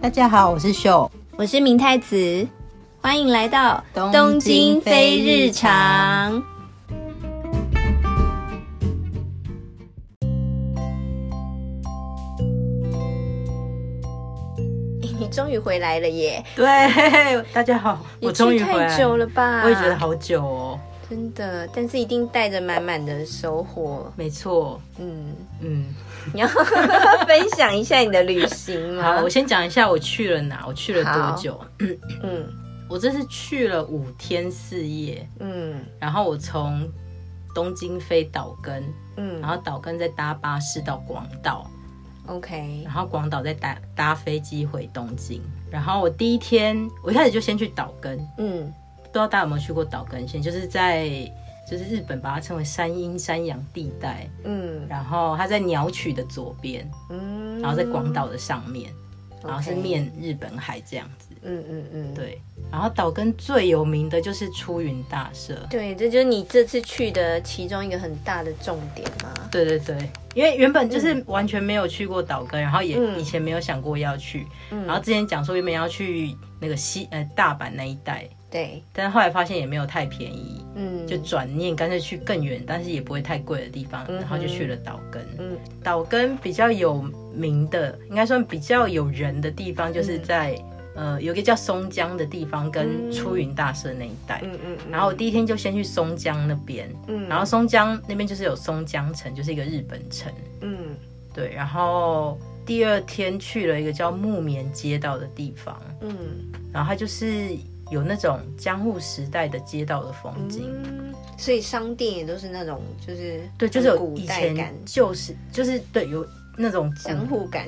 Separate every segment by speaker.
Speaker 1: 大家好，我是秀。
Speaker 2: 我是明太子，欢迎来到
Speaker 1: 东京非日常。
Speaker 2: 你终于回来了耶！
Speaker 1: 对，大家好， 我
Speaker 2: 你
Speaker 1: 终于
Speaker 2: 去
Speaker 1: 回来
Speaker 2: 太久了吧？
Speaker 1: 我也觉得好久哦。
Speaker 2: 真的，但是一定带着满满的收获。
Speaker 1: 没错，
Speaker 2: 嗯，
Speaker 1: 嗯，
Speaker 2: 你要分享一下你的旅行吗？
Speaker 1: 好，我先讲一下我去了哪，我去了
Speaker 2: 好
Speaker 1: 多久。
Speaker 2: 嗯
Speaker 1: 我这次去了五天四夜，
Speaker 2: 嗯
Speaker 1: 然后我从东京飞岛根，然
Speaker 2: 嗯
Speaker 1: 后岛根再搭巴士到广岛，
Speaker 2: ，OK，
Speaker 1: 然后广岛再搭搭飞机回东京。然后我第一天，我一开始就先去岛根，
Speaker 2: 嗯
Speaker 1: 不知道大家有没有去过岛根县，就是在就是日本把它称为山阴山阳地带，
Speaker 2: 嗯
Speaker 1: 然后它在鸟取的左边，
Speaker 2: 嗯，
Speaker 1: 然后在广岛的上面，然后是
Speaker 2: OK
Speaker 1: 面日本海这样子。
Speaker 2: 嗯嗯嗯，
Speaker 1: 对，然后岛根最有名的就是出云大社。
Speaker 2: 对，这就是你这次去的其中一个很大的重点嘛。
Speaker 1: 对对对，因为原本就是完全没有去过岛根，然后也
Speaker 2: 嗯
Speaker 1: 以前没有想过要去，
Speaker 2: 嗯
Speaker 1: 然后之前讲说原本要去那个西呃大阪那一带，
Speaker 2: 对，
Speaker 1: 但是后来发现也没有太便宜，
Speaker 2: 嗯，
Speaker 1: 就转念干脆去更远，但是也不会太贵的地方，
Speaker 2: 嗯哼
Speaker 1: 然后就去了岛根。
Speaker 2: 嗯
Speaker 1: 岛根比较有名的，应该算比较有人的地方，就是在、呃有一个叫松江的地方跟
Speaker 2: 嗯
Speaker 1: 出云大社那一带。
Speaker 2: 嗯嗯，
Speaker 1: 然后我第一天就先去松江那边，
Speaker 2: 嗯
Speaker 1: 然后松江那边就是有松江城，就是一个日本城，
Speaker 2: 嗯
Speaker 1: 对。然后第二天去了一个叫木棉街道的地方，
Speaker 2: 嗯
Speaker 1: 然后它就是有那种江户时代的街道的风景，
Speaker 2: 嗯，所以商店也都是那种就是
Speaker 1: 对，就是
Speaker 2: 很
Speaker 1: 有
Speaker 2: 古
Speaker 1: 以
Speaker 2: 代
Speaker 1: 前嗯
Speaker 2: 感、
Speaker 1: 旧时，就是对有那种
Speaker 2: 江户感，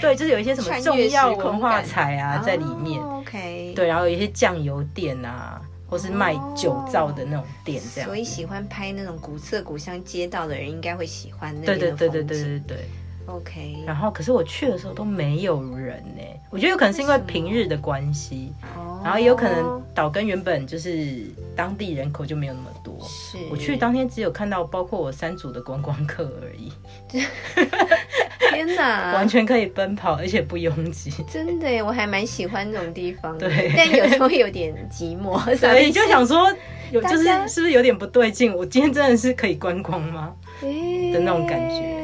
Speaker 1: 对，就是有一些什么
Speaker 2: 穿越
Speaker 1: 重要
Speaker 2: 时空
Speaker 1: 文化
Speaker 2: 感
Speaker 1: 财 啊在里面，
Speaker 2: 哦 OK，，
Speaker 1: 对，然后有一些酱油店啊，或是卖酒造的那种店这样
Speaker 2: 哦所，以喜欢拍那种古色古香街道的人，应该会喜欢那
Speaker 1: 对
Speaker 2: 边
Speaker 1: 对对
Speaker 2: 的风
Speaker 1: 对
Speaker 2: 景。
Speaker 1: 对对对。
Speaker 2: OK，
Speaker 1: 然后可是我去的时候都没有人呢、我觉得有可能是因为
Speaker 2: 为什么
Speaker 1: 平日的关系，
Speaker 2: 哦
Speaker 1: 然后也有可能岛根原本就是当地人口就没有那么多。
Speaker 2: 是
Speaker 1: 我去当天只有看到包括我三组的观光客而已，
Speaker 2: 天 哪，
Speaker 1: 完全可以奔跑，而且不拥挤，
Speaker 2: 真的耶，我还蛮喜欢这种地方的，
Speaker 1: 对
Speaker 2: 但有时候有点寂 寞，
Speaker 1: 所以就想说有
Speaker 2: 大
Speaker 1: 就是
Speaker 2: 家
Speaker 1: 是不是有点不对劲？我今天真的是可以观光吗？
Speaker 2: 的
Speaker 1: 的那种感觉。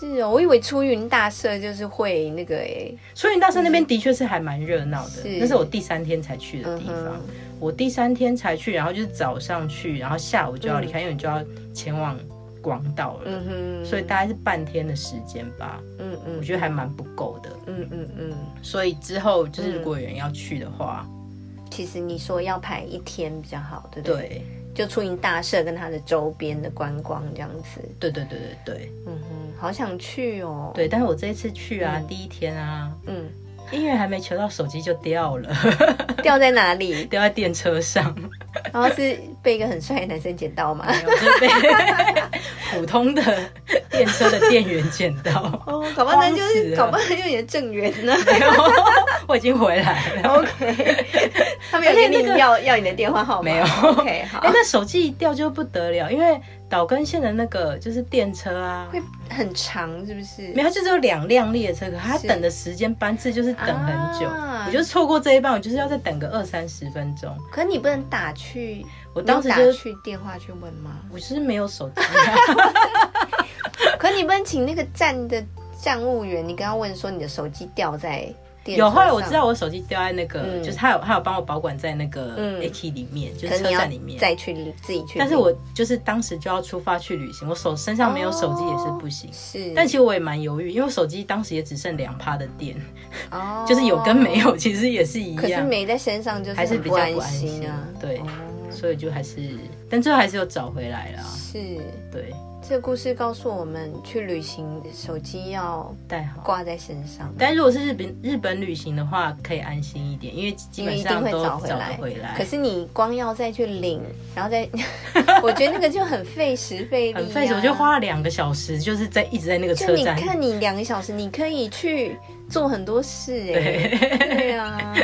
Speaker 2: 是哦，我以为出云大社就是会那个诶，
Speaker 1: 所以大山那边的确是还蛮热闹的，
Speaker 2: 是
Speaker 1: 那是我第三天才去的
Speaker 2: 嗯
Speaker 1: 地方
Speaker 2: 哼。，
Speaker 1: 我第三天才去，然后就是早上去，然后下午就要离开，因为你就要前往广岛了，
Speaker 2: 嗯哼，
Speaker 1: 所以大概是半天的时间吧，
Speaker 2: 嗯嗯，
Speaker 1: 我觉得还蛮不够的。
Speaker 2: 嗯嗯嗯，
Speaker 1: 所以之后就是如果有人要去的话，
Speaker 2: 其实你说要排一天比较好，对不对？
Speaker 1: 对
Speaker 2: 就出云大社跟它的周边的观光这样子，
Speaker 1: 对对对对对
Speaker 2: 嗯哼，好想去哦，，
Speaker 1: 对，但是我这一次去啊，第一天啊，
Speaker 2: 嗯，
Speaker 1: 音乐还没求到，手机就掉了，
Speaker 2: 掉在哪里？
Speaker 1: 掉在电车上，
Speaker 2: 然后是被一个很帅的男生捡到吗？
Speaker 1: 然后就被 普通的电车的店员捡到。
Speaker 2: 哦，搞不好那就
Speaker 1: 慌死
Speaker 2: 是，
Speaker 1: 了
Speaker 2: 搞不好就是你的正缘呢。
Speaker 1: 没有，我已经回来了。
Speaker 2: 他们有
Speaker 1: 而且
Speaker 2: 跟
Speaker 1: 那个
Speaker 2: 你要要你的电话号码？
Speaker 1: 没有
Speaker 2: OK，好
Speaker 1: 哎、。那手机一掉就不得了，因为岛根县的那个就是电车啊，
Speaker 2: 会很长是不是？
Speaker 1: 没有，它就只有两辆列车，可它
Speaker 2: 是
Speaker 1: 等的时间班次就是等很久，
Speaker 2: 啊
Speaker 1: 我就错过这一班，我就是要再等个二三十分钟。
Speaker 2: 可你不能打去，
Speaker 1: 我当时
Speaker 2: 你有
Speaker 1: 就
Speaker 2: 打去电话去问吗？
Speaker 1: 我就是没有手机、啊
Speaker 2: 可你不能请那个站的站务员，你跟他问说你的手机掉在电
Speaker 1: 有
Speaker 2: 车上
Speaker 1: 后来我知道，我手机掉在那个，
Speaker 2: 嗯
Speaker 1: 就是他有他有帮我保管在那个
Speaker 2: 嗯
Speaker 1: A K 里面，就
Speaker 2: 可
Speaker 1: 是
Speaker 2: 是
Speaker 1: 车
Speaker 2: 你要
Speaker 1: 站里面。
Speaker 2: 再去领自己去领。
Speaker 1: 但是我就是当时就要出发去旅行，我手身上没有手机也是不行。
Speaker 2: 是，
Speaker 1: 但其实我也蛮犹豫，因为我手机当时也只剩两趴的电，
Speaker 2: 哦
Speaker 1: 就是有跟没，有其实也是一样。
Speaker 2: 可是没在身上就是
Speaker 1: 还是
Speaker 2: 很
Speaker 1: 比
Speaker 2: 不
Speaker 1: 较
Speaker 2: 安
Speaker 1: 不安
Speaker 2: 心啊。
Speaker 1: 对，
Speaker 2: 哦
Speaker 1: 所以就还是，但最后还是有找回来啦。
Speaker 2: 是
Speaker 1: 对，
Speaker 2: 这个故事告诉我们，去旅行手机要
Speaker 1: 带好。
Speaker 2: 挂在身上。
Speaker 1: 但如果是日本日本旅行的话，可以安心一点，因为基本上
Speaker 2: 因为一定
Speaker 1: 都
Speaker 2: 会
Speaker 1: 找
Speaker 2: 找回
Speaker 1: 得
Speaker 2: 来
Speaker 1: 回来。
Speaker 2: 可是你光要再去领，然后再， 我觉得那个就很费时费力、啊，
Speaker 1: 很费时，我就。花了两个小时，就是在一直在那个
Speaker 2: 就
Speaker 1: 车
Speaker 2: 你
Speaker 1: 站。
Speaker 2: 看，你两个小时，你可以去做很多事哎、
Speaker 1: 对
Speaker 2: 对 啊，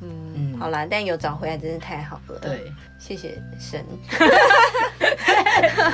Speaker 2: 嗯，
Speaker 1: 嗯
Speaker 2: 好啦，但有找回来真是太好了，，
Speaker 1: 对，
Speaker 2: 谢谢神，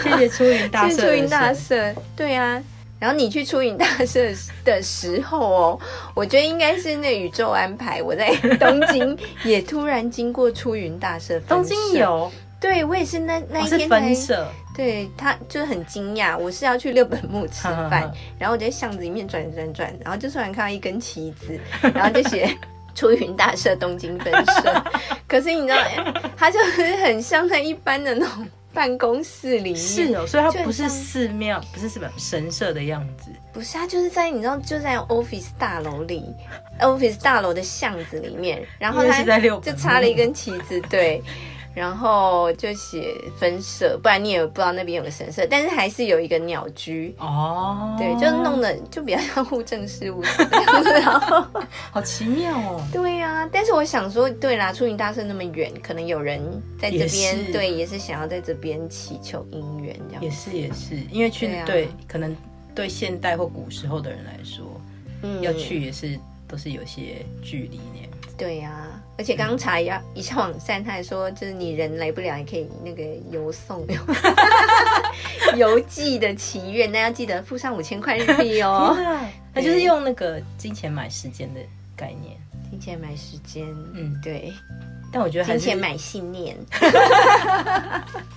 Speaker 1: 谢谢出云大
Speaker 2: 谢
Speaker 1: 社的
Speaker 2: 谢
Speaker 1: 神，
Speaker 2: 出云大社，对啊，然后你去出云大社的时候哦，我觉得应该是那宇宙安排，我在东京也突然经过出云大社分
Speaker 1: 东
Speaker 2: 社
Speaker 1: 京，有，
Speaker 2: 对我也是那那
Speaker 1: 我
Speaker 2: 一
Speaker 1: 哦是
Speaker 2: 天才
Speaker 1: 分社，，
Speaker 2: 对他就是很惊讶，我是要去六本木吃饭
Speaker 1: 嗯
Speaker 2: 然后我就在巷子里面转转转，然后就突然看到一根旗子，然后就写出云大社东京分社。可是你知道，他就是很像在一般的那种办公室里面，
Speaker 1: 是哦，所以它
Speaker 2: 就很
Speaker 1: 不是
Speaker 2: 像
Speaker 1: 寺庙，不是寺庙神社的样子。
Speaker 2: 不是他就是在你知道就在 office 大楼里，office 大楼的巷子里面，然后
Speaker 1: 因为
Speaker 2: 他
Speaker 1: 是在六
Speaker 2: 就
Speaker 1: 本木
Speaker 2: 插了一根旗子，对，然后就写分社，不然你也不知道那边有个神社，但是还是有一个鸟居。
Speaker 1: 哦，
Speaker 2: 对，就弄的就比较像户政事务所这样子。然后，
Speaker 1: 好奇妙哦。
Speaker 2: 对呀、但是我想说，对啦，出云大社那么远，可能有人在这
Speaker 1: 也
Speaker 2: 边，
Speaker 1: 是
Speaker 2: 对，也是想要在这边祈求姻缘这样。
Speaker 1: 也是也是，因为去
Speaker 2: 对啊
Speaker 1: 对可能对现代或古时候的人来说，
Speaker 2: 嗯
Speaker 1: 要去也是都是有些距离那样。。
Speaker 2: 对呀、而且刚查一下一下网站，他还说，就是你人来不了，也可以那个邮送 邮寄的祈愿，但要记得付上五千块日币哦
Speaker 1: 啊，那就是用那个金钱买时间的概念。
Speaker 2: 金钱买时间，
Speaker 1: 嗯，
Speaker 2: 对，
Speaker 1: 但我觉得还
Speaker 2: 金
Speaker 1: 是
Speaker 2: 钱买 信念。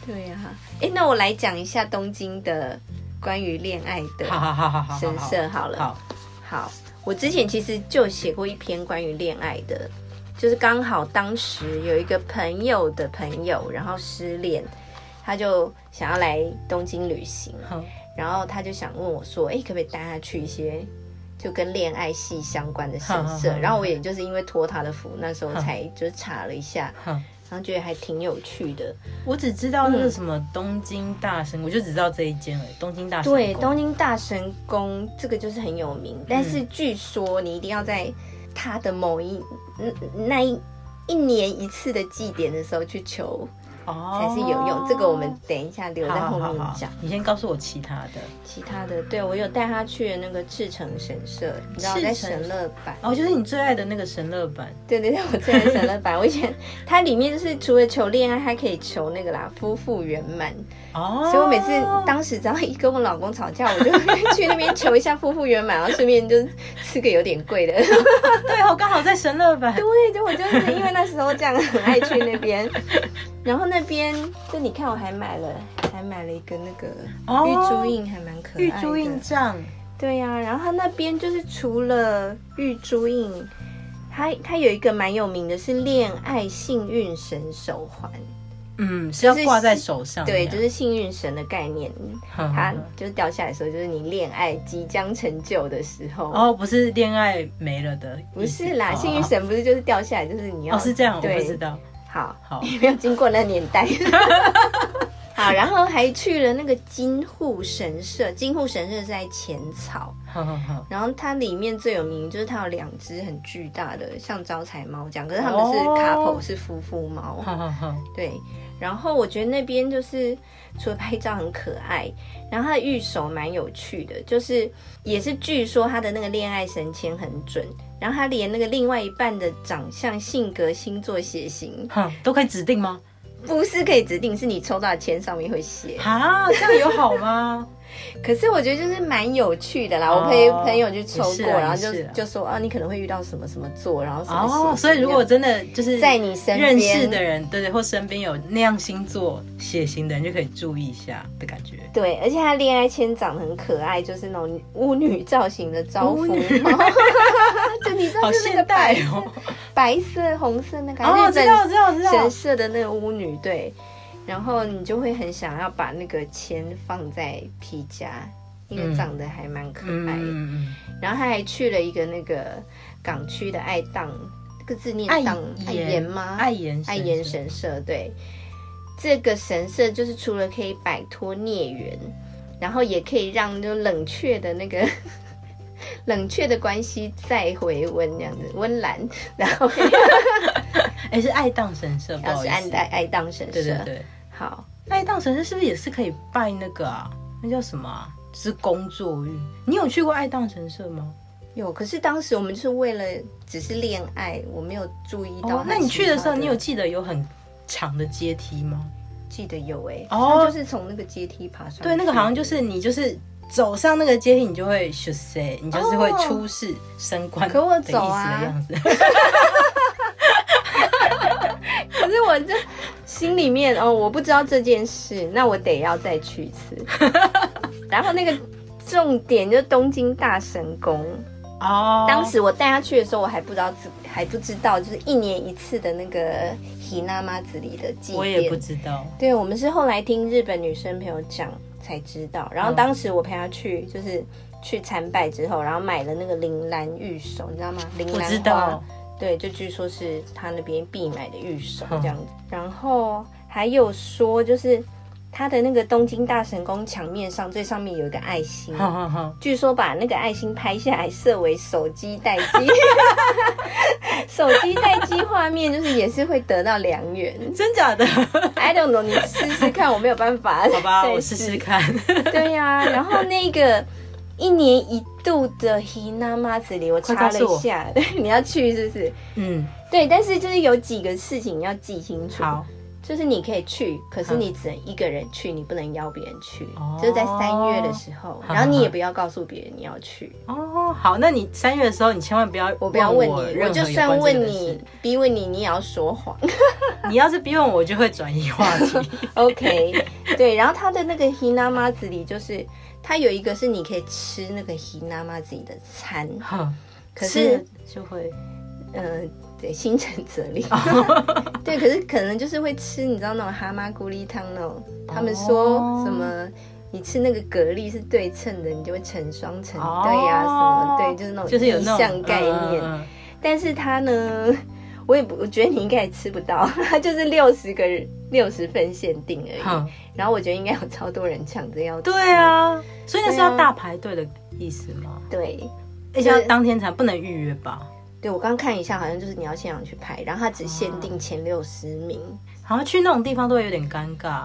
Speaker 2: 对呀、哎、那我来讲一下东京的关于恋爱的
Speaker 1: 好好好好好
Speaker 2: 神社好了。
Speaker 1: 好，
Speaker 2: 好，我之前其实就写过一篇关于恋爱的，就是刚好当时有一个朋友的朋友，然后失恋，他就想要来东京旅行，
Speaker 1: 好，
Speaker 2: 然后他就想问我说，哎、可不可以带他去一些就跟恋爱系相关的神
Speaker 1: 好
Speaker 2: 社
Speaker 1: 好？好
Speaker 2: 然后我也就是因为托他的福，那时候才就是查了一下，
Speaker 1: 好
Speaker 2: 然后觉得还挺有趣的。
Speaker 1: 我只知道那
Speaker 2: 嗯
Speaker 1: 个什么东京大神，我就只知道这一间而已。东京大神
Speaker 2: 对，
Speaker 1: 宫
Speaker 2: 东京大神宫这个就是很有
Speaker 1: 嗯
Speaker 2: 名，但是据说你一定要在它的某一嗯那一一年一次的祭典的时候去求
Speaker 1: 哦
Speaker 2: 才是有用。这个我们等一下留
Speaker 1: 好
Speaker 2: 在后
Speaker 1: 好好
Speaker 2: 面
Speaker 1: 好
Speaker 2: 讲。，
Speaker 1: 你先告诉我其他的。
Speaker 2: 其他的，对我有带他去那个赤城神社，你知道
Speaker 1: 赤
Speaker 2: 在
Speaker 1: 城
Speaker 2: 神乐版。
Speaker 1: 哦，就是你最爱的那个神乐版
Speaker 2: 对对对，我之前神乐版，我以前它里面就是除了求恋爱，还可以求那个啦，夫妇圆满。
Speaker 1: 哦，
Speaker 2: 所以我每次当时只要一跟我老公吵架，我就会去那边求一下夫妇圆满，然后顺便就吃个有点贵的。
Speaker 1: 对哦，刚好在神乐版，
Speaker 2: 对，就我就是因为那时候这样很爱去那 边，然后那边就你看我还买了，还买了一个那个
Speaker 1: 哦
Speaker 2: 玉珠印，还蛮可爱的。
Speaker 1: 玉珠印章，
Speaker 2: 对呀、然后它那边就是除了玉珠印，它它有一个蛮有名的是恋爱幸运神手环，
Speaker 1: 嗯，是要
Speaker 2: 就是
Speaker 1: 挂在手上的，
Speaker 2: 对，就是幸运神的概念。
Speaker 1: 哼
Speaker 2: 它
Speaker 1: 哼哼
Speaker 2: 就是掉下来的时候，就是你恋爱即将成就的时候。
Speaker 1: 哦，不是恋爱没了的意思，
Speaker 2: 不是啦，
Speaker 1: 哦
Speaker 2: 幸运神不是就是掉下来，就是你要
Speaker 1: 哦是这样，我
Speaker 2: 对，
Speaker 1: 不知道，
Speaker 2: 好，
Speaker 1: 好，
Speaker 2: 没有经过那年代。 好，然后还去了那个金户神社，金户神社是在浅草，
Speaker 1: 好好好，
Speaker 2: 然后它里面最有名就是它有两只很巨大的像招财猫这样，可是它们是
Speaker 1: 哦
Speaker 2: couple、是夫妇猫，
Speaker 1: 好好好，
Speaker 2: 对。然后我觉得那边就是除了拍照很可爱，然后它的玉手蛮有趣的，就是也是据说他的那个恋爱神签很准，然后他连那个另外一半的长相、性格、星座、血型
Speaker 1: 哼，都可以指定吗？
Speaker 2: 不是可以指定，是你抽到的签上面会写。
Speaker 1: 啊，这样有好吗？
Speaker 2: 可是我觉得就是蛮有趣的啦，
Speaker 1: 哦
Speaker 2: 我陪朋友去抽
Speaker 1: 也是
Speaker 2: 过，
Speaker 1: 啊
Speaker 2: 然后就
Speaker 1: 也是啊
Speaker 2: 就说啊，你可能会遇到什么什么座，然后 什么星
Speaker 1: 哦，所以如果真的就是
Speaker 2: 在你身边
Speaker 1: 认识的人，对对，或身边有那样星座血型的人，就可以注意一下的感觉。
Speaker 2: 对，而且他恋爱签长得很可爱，就是那种巫女造型的招
Speaker 1: 巫
Speaker 2: 夫
Speaker 1: 女
Speaker 2: 猫， 就你知道
Speaker 1: 好
Speaker 2: 就是那个
Speaker 1: 现代
Speaker 2: 白色、
Speaker 1: 哦！
Speaker 2: 白色、红色那个
Speaker 1: 哦，
Speaker 2: 日
Speaker 1: 知道
Speaker 2: 本
Speaker 1: 知道知道
Speaker 2: 神，社的那个巫女，对，然后你就会很想要把那个签放在皮夹，因为
Speaker 1: 嗯
Speaker 2: 长得还蛮可
Speaker 1: 嗯
Speaker 2: 爱的。
Speaker 1: 嗯嗯
Speaker 2: 然后他还去了一个那个港区的爱宕，这个字念
Speaker 1: 爱
Speaker 2: 宕
Speaker 1: 岩
Speaker 2: 爱岩吗？
Speaker 1: 爱岩
Speaker 2: 爱岩
Speaker 1: 神
Speaker 2: 神社对，这个神社就是除了可以摆脱孽缘，然后也可以让就冷却的那个冷却的关系再回温这样子温岚，然后
Speaker 1: 社，哎，是爱宕神社，不
Speaker 2: 然后
Speaker 1: 好
Speaker 2: 是
Speaker 1: 意
Speaker 2: 爱
Speaker 1: 思，
Speaker 2: 爱爱宕神社
Speaker 1: 对对对，
Speaker 2: 好。
Speaker 1: 爱宕神社是不是也是可以拜那个啊？那叫什么啊？是工作运。你有去过爱宕神社吗？
Speaker 2: 有，可是当时我们就是为了只是恋爱，我没有注意到
Speaker 1: 哦
Speaker 2: 它其他。，
Speaker 1: 那你去的时候，你有记得有很长的阶梯吗？
Speaker 2: 记得有哎、欸，
Speaker 1: 哦
Speaker 2: 它就是从那个阶梯爬上去。
Speaker 1: 对，那个好像就是你就是走上那个阶梯，你就会 s h say，你就是会
Speaker 2: 哦
Speaker 1: 出世升官的
Speaker 2: 可我
Speaker 1: 意思的
Speaker 2: 走啊
Speaker 1: 样 子。
Speaker 2: 可是我这心里面哦，我不知道这件事，那我得要再去一 次。然后那个重点就是东京大神宫，
Speaker 1: 哦，
Speaker 2: 当时我带他去的时候，我还不知道自还不知道，就是一年一次的那个ひ那妈子里的祭
Speaker 1: 我也
Speaker 2: 典
Speaker 1: 不。知道，
Speaker 2: 对，我们是后来听日本女生朋友讲才知道。
Speaker 1: 嗯
Speaker 2: 然后当时我陪她去，就是去参拜之后，然后买了那个铃兰玉手，你知道吗？铃
Speaker 1: 我
Speaker 2: 兰
Speaker 1: 知
Speaker 2: 花
Speaker 1: 道，，
Speaker 2: 对，就据说是他那边必买的玉手这样子。然后还有说，就是他的那个东京大神宫墙面上最上面有一个爱心。
Speaker 1: 哈哈哈，
Speaker 2: 据说把那个爱心拍下来，设为手机 待机，手机待机画面就是也是会得到良缘。
Speaker 1: 真假 的？
Speaker 2: I don't know，你试试看，我没有办法。
Speaker 1: 好吧，
Speaker 2: 再
Speaker 1: 我试试。看。
Speaker 2: 对呀、然后那个一年一度的 Hina 妈子里，我查了一下， 你要去是不是？
Speaker 1: 嗯，
Speaker 2: 对，但是就是有几个事情要记清楚。
Speaker 1: 好，
Speaker 2: 就是你可以去，可是
Speaker 1: 嗯
Speaker 2: 你只能一个人去，你不能邀别人去。
Speaker 1: 哦
Speaker 2: 就是在三月的时候，
Speaker 1: 好
Speaker 2: 然后你也不要告诉别人你要去。
Speaker 1: 哦，好，那你三月的时候，你千万不要
Speaker 2: 我不要问
Speaker 1: 我
Speaker 2: 你，
Speaker 1: 任何
Speaker 2: 我就
Speaker 1: 有
Speaker 2: 算
Speaker 1: 关这
Speaker 2: 问
Speaker 1: 个
Speaker 2: 你
Speaker 1: 事，
Speaker 2: 逼问你，你也要说谎。
Speaker 1: 你要是逼问我，就会转移话题。
Speaker 2: OK，对， 然后它的那个 hina 妈子里就是。它有一个是你可以吃那个 hina 妈子里的餐，
Speaker 1: 哼
Speaker 2: 可
Speaker 1: 吃
Speaker 2: 是
Speaker 1: 了就会
Speaker 2: 嗯、对，心诚则灵。
Speaker 1: 哦
Speaker 2: 对，可是可能就是会吃，你知道那种蛤蟆咕喱汤那种，他们说
Speaker 1: 哦
Speaker 2: 什么？你吃那个蛤蜊是对称的，你就会成双成
Speaker 1: 哦
Speaker 2: 嗯对呀、什么对，就是那种
Speaker 1: 就是有
Speaker 2: 意
Speaker 1: 那
Speaker 2: 象
Speaker 1: 种
Speaker 2: 概念。
Speaker 1: 嗯嗯嗯
Speaker 2: 但是它呢，我也不，我觉得你应该也吃不到，它就是六十个人六十份限定而已。
Speaker 1: 哼
Speaker 2: 然后我觉得应该有超多人抢着要
Speaker 1: 嗯
Speaker 2: 吃。
Speaker 1: 对啊，所以那是
Speaker 2: 对
Speaker 1: 要
Speaker 2: 啊
Speaker 1: 大排队的意思吗？
Speaker 2: 对
Speaker 1: 而且要当天才不能预约吧？
Speaker 2: 对，我刚看一下，好像就是你要现场去排，然后它只限
Speaker 1: 哦
Speaker 2: 定前六十名。
Speaker 1: 好像去那种地方都会有点尴尬，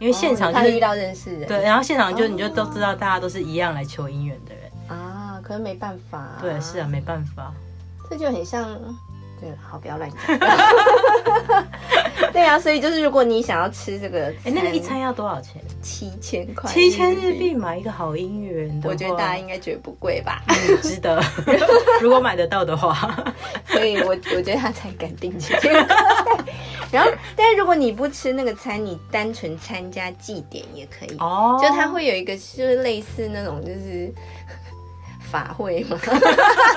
Speaker 1: 因为现场就
Speaker 2: 哦他
Speaker 1: 是、
Speaker 2: 嗯遇到认识人，
Speaker 1: 对，然后现场就
Speaker 2: 哦
Speaker 1: 你就都知道大家都是一样来求姻缘的人。
Speaker 2: 啊，可是没办法、
Speaker 1: 对，是啊，，没办法。
Speaker 2: 这就很像，对，好，不要乱 讲。对啊，所以就是如果你想要吃这个，
Speaker 1: 哎、那个一餐要多少钱？
Speaker 2: 七千块，
Speaker 1: 七千日，币买一个好姻缘的话，
Speaker 2: 我觉得大家应该觉得不贵吧，
Speaker 1: 嗯值得， 如果买得到的话。
Speaker 2: 所以我我觉得他才敢定七千块。 然后，但是如果你不吃那个餐，你单纯参加祭典也可以。
Speaker 1: 哦
Speaker 2: 就它会有一个，就是类似那种，就是 法会嘛，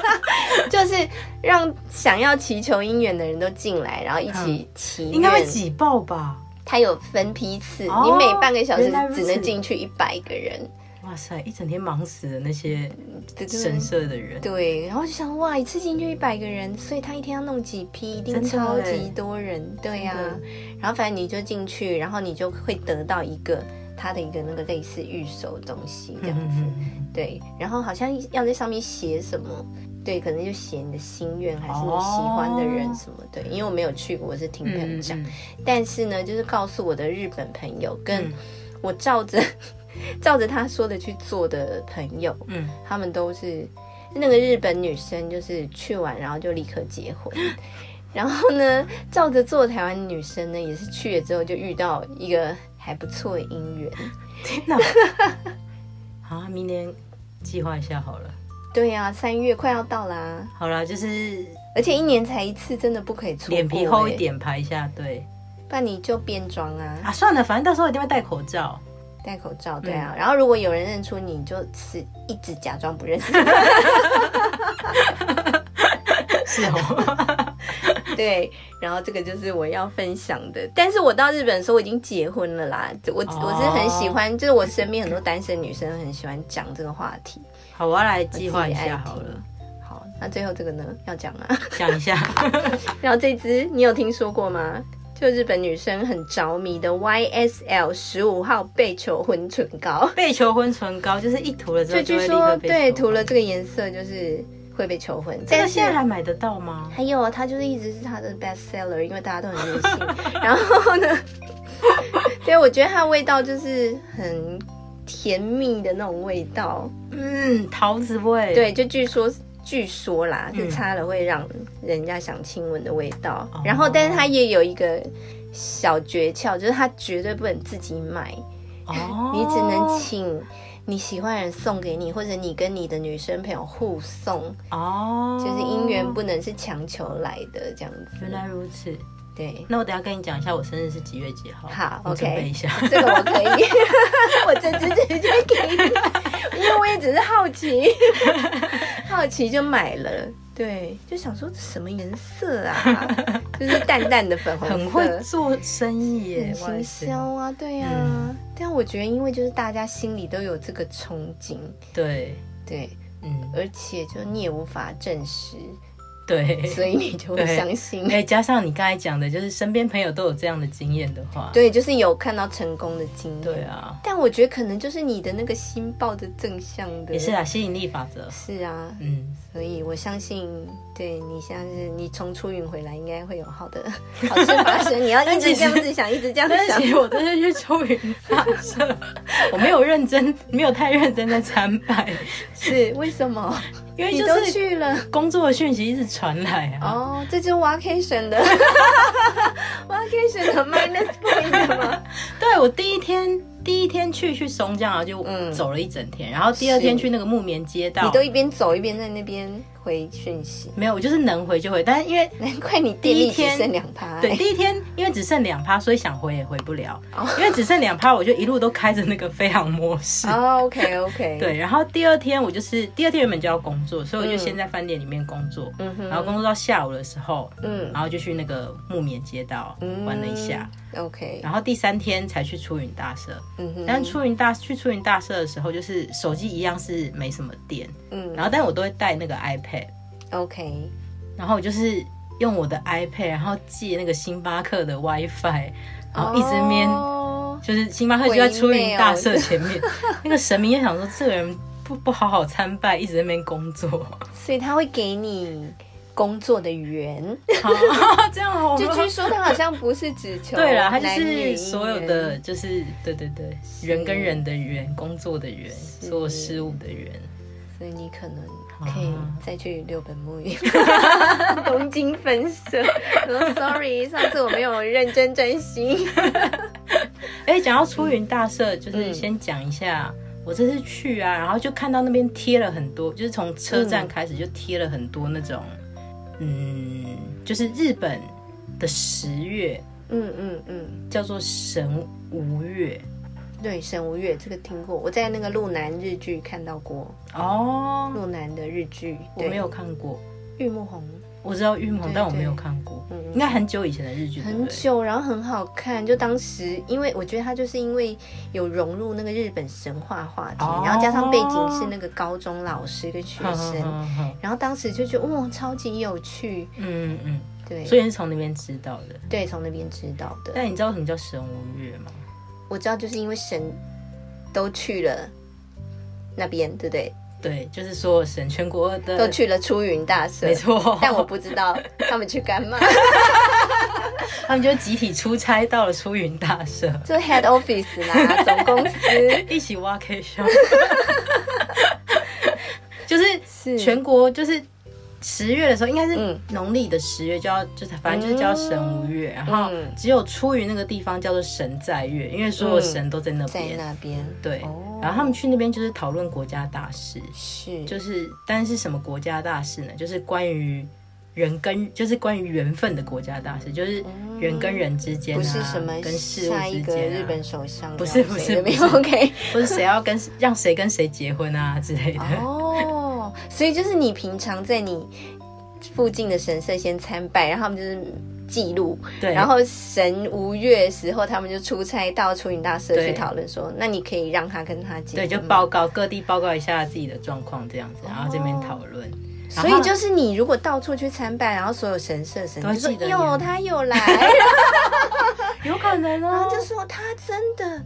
Speaker 2: 就是让想要祈求姻缘的人都进来，然后一起祈愿。
Speaker 1: 嗯应该会挤爆吧？
Speaker 2: 它有分批次，
Speaker 1: 哦
Speaker 2: 你每半个小时
Speaker 1: 原来如
Speaker 2: 只
Speaker 1: 此
Speaker 2: 能进去一百个人，
Speaker 1: 哇塞，一整天忙死了那些
Speaker 2: 这就是
Speaker 1: 神社的人。
Speaker 2: 对，然后就想哇，一次进去一百个人，所以他一天要弄几批，一定
Speaker 1: 真的
Speaker 2: 超
Speaker 1: 欸
Speaker 2: 级多人，对呀、
Speaker 1: 真的
Speaker 2: 然后反正你就进去，然后你就会得到一个他的一个那个类似预手的东西
Speaker 1: 嗯
Speaker 2: 这样子。
Speaker 1: 嗯嗯
Speaker 2: 对，然后好像要在上面写什么，对，可能就写你的心愿，还是你喜欢的人什么的。因为我没有去过，我是听朋友
Speaker 1: 嗯
Speaker 2: 讲，
Speaker 1: 哦嗯
Speaker 2: 但是呢，就是告诉我的日本朋友，跟
Speaker 1: 嗯
Speaker 2: 我照着照着他说的去做的朋友，
Speaker 1: 嗯，
Speaker 2: 他们都是那个日本女生，就是去完然后就立刻结婚。 然后呢，照着做的台湾女生呢，也是去了之后就遇到一个还不错的姻缘，
Speaker 1: 天哪！嗯 好，明年计划一下好了。
Speaker 2: 对呀、三月快要到啦，
Speaker 1: 好啦，就是
Speaker 2: 而且一年才一次，真的不可以错过、欸
Speaker 1: 脸皮厚一，点排一下队
Speaker 2: 不然你就变装啊，
Speaker 1: 啊。算了，反正到时候一定会戴口罩。
Speaker 2: 戴口罩，对啊。然后如果有人认出你，你就是一直假装 不认识，
Speaker 1: 是 哦，
Speaker 2: 对。然后这个就是我要分享的。但是我到日本的时候，我已经结婚了啦。我、
Speaker 1: 哦
Speaker 2: 我是很喜欢，就是我身边很多单身女生很喜欢讲这个话题。
Speaker 1: 好，我要来 计划一下好了，
Speaker 2: 好，那最后这个呢，要讲吗？
Speaker 1: 讲一下。
Speaker 2: 然后这支你有听说过吗？就日本女生很着迷的 YSL 十五号被求婚唇膏。
Speaker 1: 被求婚唇膏就是一涂了之后
Speaker 2: 就
Speaker 1: 就
Speaker 2: 据
Speaker 1: 会立
Speaker 2: 说
Speaker 1: 刻被
Speaker 2: 对
Speaker 1: 求
Speaker 2: 涂了这个颜色就是会被求婚，
Speaker 1: 这个
Speaker 2: 但是
Speaker 1: 现在还买得到吗？
Speaker 2: 还有啊，它就是一直是它的 best seller，因为大家都很迷信。 然后 呢，对我觉得它的味道就是很甜蜜的那种味道，
Speaker 1: 嗯，桃子味。，
Speaker 2: 对，就据说。据说啦，
Speaker 1: 嗯
Speaker 2: 是擦了会让人家想亲吻的味道。
Speaker 1: 哦
Speaker 2: 然后，但是它也有一个小诀窍，就是它绝对不能自己买，
Speaker 1: 哦，
Speaker 2: 你只能请你喜欢的人送给你，或者你跟你的女生朋友互送，
Speaker 1: 哦，
Speaker 2: 就是姻缘不能是强求来的这样子。
Speaker 1: 原来如此。
Speaker 2: 对，
Speaker 1: 那我等一下跟你讲一下我生日是几月几号。
Speaker 2: 好
Speaker 1: 你准
Speaker 2: OK
Speaker 1: 备一下。
Speaker 2: 这个我可以， 我这只直接给你，因为我也只是好奇， 好奇就买了。对，就想说这什么颜色啊？ 就是淡淡的粉红色，
Speaker 1: 很会做生意耶，哇
Speaker 2: 行
Speaker 1: 塞
Speaker 2: 销啊，对呀、但我觉得，因为就是大家心里都有这个憧憬，
Speaker 1: 对，
Speaker 2: 对，
Speaker 1: 嗯，
Speaker 2: 而且就你也无法证实，
Speaker 1: 对。
Speaker 2: 所以你就会
Speaker 1: 对
Speaker 2: 相信。
Speaker 1: 哎，加上你刚才讲的，就是身边朋友都有这样的经验的话，
Speaker 2: 对，就是有看到成功的经验。
Speaker 1: 对啊，
Speaker 2: 但我觉得可能就是你的那个心抱着正向的，
Speaker 1: 也是啊，吸引力法则。
Speaker 2: 是啊，
Speaker 1: 嗯，
Speaker 2: 所以我相信，对你像是你从出云回来，应该会有好 的好事发生。你要一直这样子想，一直这样
Speaker 1: 但是
Speaker 2: 想
Speaker 1: 其。实我真的去秋云发社，我没有认真，没有太认真在参拜，
Speaker 2: 是为什么？
Speaker 1: 因为
Speaker 2: 你
Speaker 1: 就
Speaker 2: 都
Speaker 1: 是
Speaker 2: 去了
Speaker 1: 工作的讯息一直传来啊。
Speaker 2: 哦，这就是 vacation 的 vacation 的 minus point 吗？
Speaker 1: 对我第一天第一天去去松江啊，就
Speaker 2: 嗯
Speaker 1: 走了一整天，然后第二天去那个木棉街道
Speaker 2: 你，都一边走一边在那边回讯息，
Speaker 1: 没有，我就是能回就回，但是因为
Speaker 2: 难怪你电力
Speaker 1: 第一
Speaker 2: 只
Speaker 1: 天
Speaker 2: 剩两趴、
Speaker 1: 对，
Speaker 2: 欸
Speaker 1: 第一天因为只剩两趴，所以想回也回不了，
Speaker 2: 哦
Speaker 1: 因为只剩两趴，我就一路都开着那个飞航模 式。
Speaker 2: 哦，OK，OK、o k OK，，
Speaker 1: 对，然后第二天我就是第二天原本就要工作，所以我就
Speaker 2: 嗯
Speaker 1: 先在饭店里面工作，
Speaker 2: 嗯哼
Speaker 1: 然后工作到下午的时候，
Speaker 2: 嗯
Speaker 1: 然后就去那个木棉街道玩了一下，啊
Speaker 2: ，OK，
Speaker 1: 然后第三天才去出云大社。
Speaker 2: 嗯哼，
Speaker 1: 但出云大去出云大社的时候，就是手机一样是没什么电，
Speaker 2: 嗯
Speaker 1: 然后但我都会带那个 iPad，
Speaker 2: ，OK，
Speaker 1: 然后我就是用我的 iPad，然后借那个星巴克的 WiFi，然后一直面、
Speaker 2: 哦
Speaker 1: 就是星巴克就在出云大社前面， 那个神明也想说这个人不不好好参拜，一直在那边工 作，
Speaker 2: 所以他会给你工作的缘，
Speaker 1: 好这样好吗
Speaker 2: 就据说他好像不是只求
Speaker 1: 哦对啦，他就
Speaker 2: 男女
Speaker 1: 是
Speaker 2: 姻
Speaker 1: 所有
Speaker 2: 缘
Speaker 1: 的，就是对对对，人跟人的缘，工作的缘，所有事物的缘。
Speaker 2: 所以你可能可以
Speaker 1: 啊
Speaker 2: 再去六本木 东京分社。我说 sorry，上次我没有认真专心。
Speaker 1: 哎，讲到出云大社，就是
Speaker 2: 嗯
Speaker 1: 先讲一下。我这次去啊，然后就看到那边贴了很多，就是从车站开始就贴了很多那种，嗯，就是日本的十月
Speaker 2: 嗯嗯嗯，
Speaker 1: 叫做神无月
Speaker 2: 对，神无月这个听过，我在那个路南日剧看到过，
Speaker 1: 哦，
Speaker 2: 路南的日剧，
Speaker 1: 我
Speaker 2: 对
Speaker 1: 没有看过，
Speaker 2: 玉木宏，
Speaker 1: 我知道玉木
Speaker 2: 对
Speaker 1: 宏，但我没有
Speaker 2: 对
Speaker 1: 看过，
Speaker 2: 嗯
Speaker 1: 应该很久以前的日剧，对不
Speaker 2: 很
Speaker 1: 对？
Speaker 2: 久，然后很好看。就当时，因为我觉得他就是因为有融入那个日本神话话题，
Speaker 1: 哦
Speaker 2: 然后加上背景是那个高中老师跟学生，
Speaker 1: 哼哼哼
Speaker 2: 然后当时就觉得哇，超级有趣。
Speaker 1: 嗯嗯
Speaker 2: 对
Speaker 1: 嗯，，所以是从那边知道的。
Speaker 2: 对，从那边知道的。
Speaker 1: 但你知道什么叫神无月吗？
Speaker 2: 我知道，就是因为神都去了那边，对不对？
Speaker 1: 对，就是说神全国的，
Speaker 2: 都去了出云大社，
Speaker 1: 没。错。
Speaker 2: 但我不知道他们去干 嘛，
Speaker 1: 他们就集体出差到了出云大社，
Speaker 2: 就 head office 啦，总 公司
Speaker 1: 一起挖 K 笑， 就是
Speaker 2: 是
Speaker 1: 全国就是。十月的时候，应该是
Speaker 2: 嗯
Speaker 1: 农历的十月，就要就是反正就是叫神无月，然后
Speaker 2: 嗯
Speaker 1: 只有出云那个地方叫做神在月，因为所有神都在那
Speaker 2: 在
Speaker 1: 边。
Speaker 2: 那边。
Speaker 1: 对
Speaker 2: 哦，
Speaker 1: 然后他们去那边就是讨论国家大事，
Speaker 2: 是，
Speaker 1: 就是，但是什么国家大事呢？就是关于人跟，就是关于缘分的国家大事，就是人跟人之间、啊
Speaker 2: 哦不是什么
Speaker 1: 跟事物
Speaker 2: 下一
Speaker 1: 之
Speaker 2: 个
Speaker 1: 间、啊，
Speaker 2: 日本首相
Speaker 1: 不是不是
Speaker 2: 没
Speaker 1: 不
Speaker 2: 有
Speaker 1: 是
Speaker 2: OK
Speaker 1: 或者谁要跟让谁跟谁结婚啊之类的。
Speaker 2: 哦，所以就是你平常在你附近的神社先参拜，然后他们就是记录，
Speaker 1: 对，
Speaker 2: 然后神无月时候，他们就出差到出云大社
Speaker 1: 对
Speaker 2: 去讨论说，那你可以让他跟他结
Speaker 1: 对
Speaker 2: 婚
Speaker 1: 就
Speaker 2: 吗
Speaker 1: 报告各地报告一下自己的状况这样子，然后这边讨论。然
Speaker 2: 所
Speaker 1: 后
Speaker 2: 以就是你如果到处去参拜，然后所有神社神
Speaker 1: 都会
Speaker 2: 就说
Speaker 1: 记得你啊
Speaker 2: 有他 有来，然
Speaker 1: 有可能哦
Speaker 2: 后，啊就说他真的。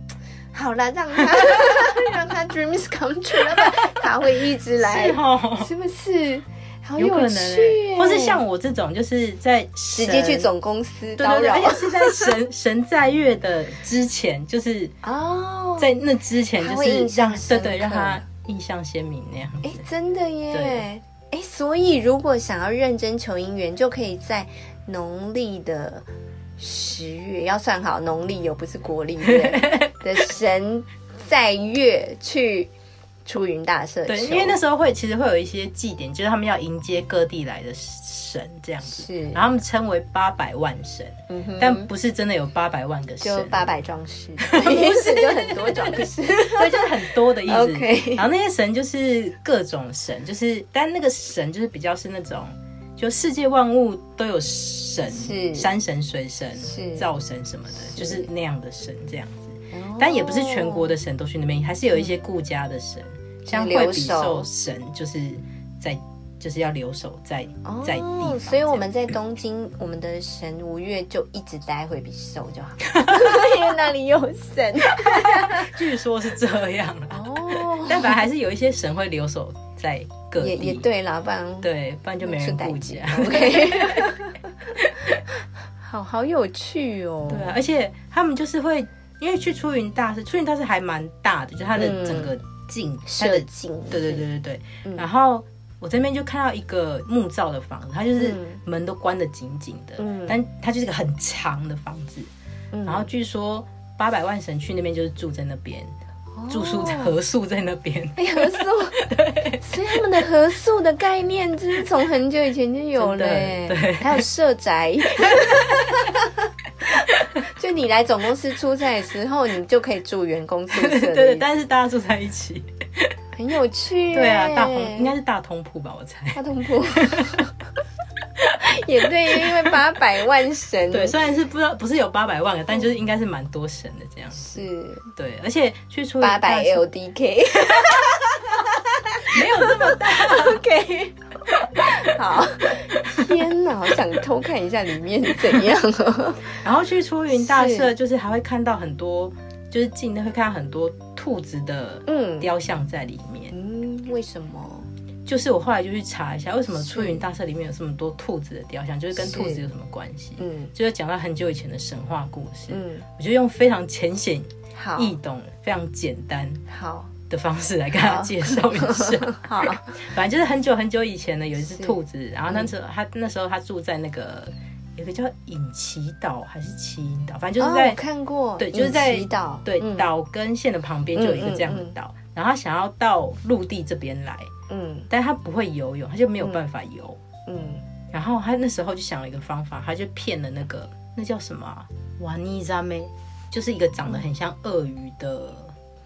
Speaker 2: 好啦，让他 让他 dreams come true，要不然他会一直 来
Speaker 1: 是，哦，
Speaker 2: 是不是？好
Speaker 1: 有可
Speaker 2: 有
Speaker 1: 能
Speaker 2: 趣哦
Speaker 1: 欸、
Speaker 2: 耶，
Speaker 1: 或是像我这种，就是在直
Speaker 2: 直接去总公司
Speaker 1: 对
Speaker 2: 叨
Speaker 1: 对对，
Speaker 2: 扰
Speaker 1: 而且是在神神在月的之前，就是
Speaker 2: 哦，
Speaker 1: 在那之前
Speaker 2: 他
Speaker 1: 就
Speaker 2: 会
Speaker 1: 是
Speaker 2: 印象
Speaker 1: 让对
Speaker 2: 深
Speaker 1: 对让
Speaker 2: 刻
Speaker 1: 他印象鲜明那样子。
Speaker 2: 哎，真的耶
Speaker 1: 对！
Speaker 2: 哎，所以如果想要认真求姻缘，就可以在农历的十月，要算 好农历有不是国历月的神在月去出云大社
Speaker 1: 对，
Speaker 2: 丘
Speaker 1: 因为那时候会其实会有一些祭典，就是他们要迎接各地来的神这样子，
Speaker 2: 是，
Speaker 1: 然后他们称为八百万神，
Speaker 2: 嗯哼
Speaker 1: 啊但不是真的有八百万个
Speaker 2: 就
Speaker 1: 神，
Speaker 2: 八百壮 士，不是就很多壮士，
Speaker 1: 对，就是很多的意思。
Speaker 2: OK
Speaker 1: 然后那些神就是各种神，就是但那个神就是比较是那种，就世界万物都有神，
Speaker 2: 是
Speaker 1: 山神、水神
Speaker 2: 是、
Speaker 1: 灶神什么的，就是那样的神这样子。
Speaker 2: 哦
Speaker 1: 但也不是全国的神都去那边，还是有一些顾家的神，
Speaker 2: 嗯
Speaker 1: 像惠
Speaker 2: 留
Speaker 1: 比
Speaker 2: 守
Speaker 1: 寿神就是在就是要留守在、
Speaker 2: 哦
Speaker 1: 在地方，
Speaker 2: 所以我们在东 京，我们的神五月就一直待惠比寿就好，因为那里有神。
Speaker 1: 这 样据说是这样啦，
Speaker 2: 哦，
Speaker 1: 但反正还是有一些神会留守在各地，
Speaker 2: 也也对啦，不然
Speaker 1: 对不然就没人顾啊
Speaker 2: 出
Speaker 1: 家。
Speaker 2: 代志 OK，好好有趣哦。
Speaker 1: 对啊，而且他们就是会，因为去出云大社，出云大社还蛮大的，就它的整个境，它
Speaker 2: 嗯设
Speaker 1: 的
Speaker 2: 计，嗯
Speaker 1: 对对对对对。然后我这边就看到一个木造的房子，它就是
Speaker 2: 嗯
Speaker 1: 门都关得紧紧的，
Speaker 2: 嗯
Speaker 1: 但它就是一个很长的房子。
Speaker 2: 嗯
Speaker 1: 然后据说八百万神去那边就是住在那边，住宿在
Speaker 2: 哦
Speaker 1: 合宿在那边。
Speaker 2: 哎，合宿，所以他们的合宿的概念，就是从很久以前就有了耶，
Speaker 1: 真的对
Speaker 2: 还有社宅。 就你来总公司出差的时候，你就可以住员工宿舍的意 思，
Speaker 1: 对，但是大家住在一起。
Speaker 2: 很有趣耶。
Speaker 1: 对啊，大通应该是大通铺吧，我猜。
Speaker 2: 大通铺， 也对，因为八百万神
Speaker 1: 对，虽然是不知道不是有八百万个，但就是应该是蛮多神的这样。
Speaker 2: 是
Speaker 1: 对，而且去出云
Speaker 2: 八
Speaker 1: 大
Speaker 2: 百
Speaker 1: 社
Speaker 2: LDK。
Speaker 1: 没有这么大，
Speaker 2: OK，好，天哪，好想偷看一下里面 怎样哦。
Speaker 1: 然后去出云大社，
Speaker 2: 是
Speaker 1: 就是还会看到很多，就是进会看到很多兔子的
Speaker 2: 嗯
Speaker 1: 雕像在里面。
Speaker 2: 嗯，为什么？
Speaker 1: 就是我后来就去查一下，为什么出云大社里面有这么多兔子的雕像，就是跟
Speaker 2: 是
Speaker 1: 兔子有什么关系？
Speaker 2: 嗯
Speaker 1: 就是讲到很久以前的神话故事，
Speaker 2: 嗯，
Speaker 1: 我就用非常浅显
Speaker 2: 好，
Speaker 1: 易懂、非常简单
Speaker 2: 好，
Speaker 1: 的方式来跟大家
Speaker 2: 好
Speaker 1: 介绍一下。
Speaker 2: 好，
Speaker 1: 反正就是很久很久以前呢，有一只
Speaker 2: 是嗯
Speaker 1: 兔子，然后那时候它那时候它住在那个有个叫隐岐岛还是岐引岛，反正就是
Speaker 2: 哦
Speaker 1: 在、
Speaker 2: 我看过，
Speaker 1: 对就是在
Speaker 2: 隐岐岛，
Speaker 1: 对、
Speaker 2: 嗯，
Speaker 1: 岛跟县的旁边就有一个这样的岛，然后它想要到陆地这边来，
Speaker 2: 嗯
Speaker 1: 但它不会游泳，它就没有办法游。
Speaker 2: 嗯，
Speaker 1: 然后它那时候就想了一个方法，它就骗了那个那叫什么啊瓦尼扎妹，就是一个长得很像鳄鱼的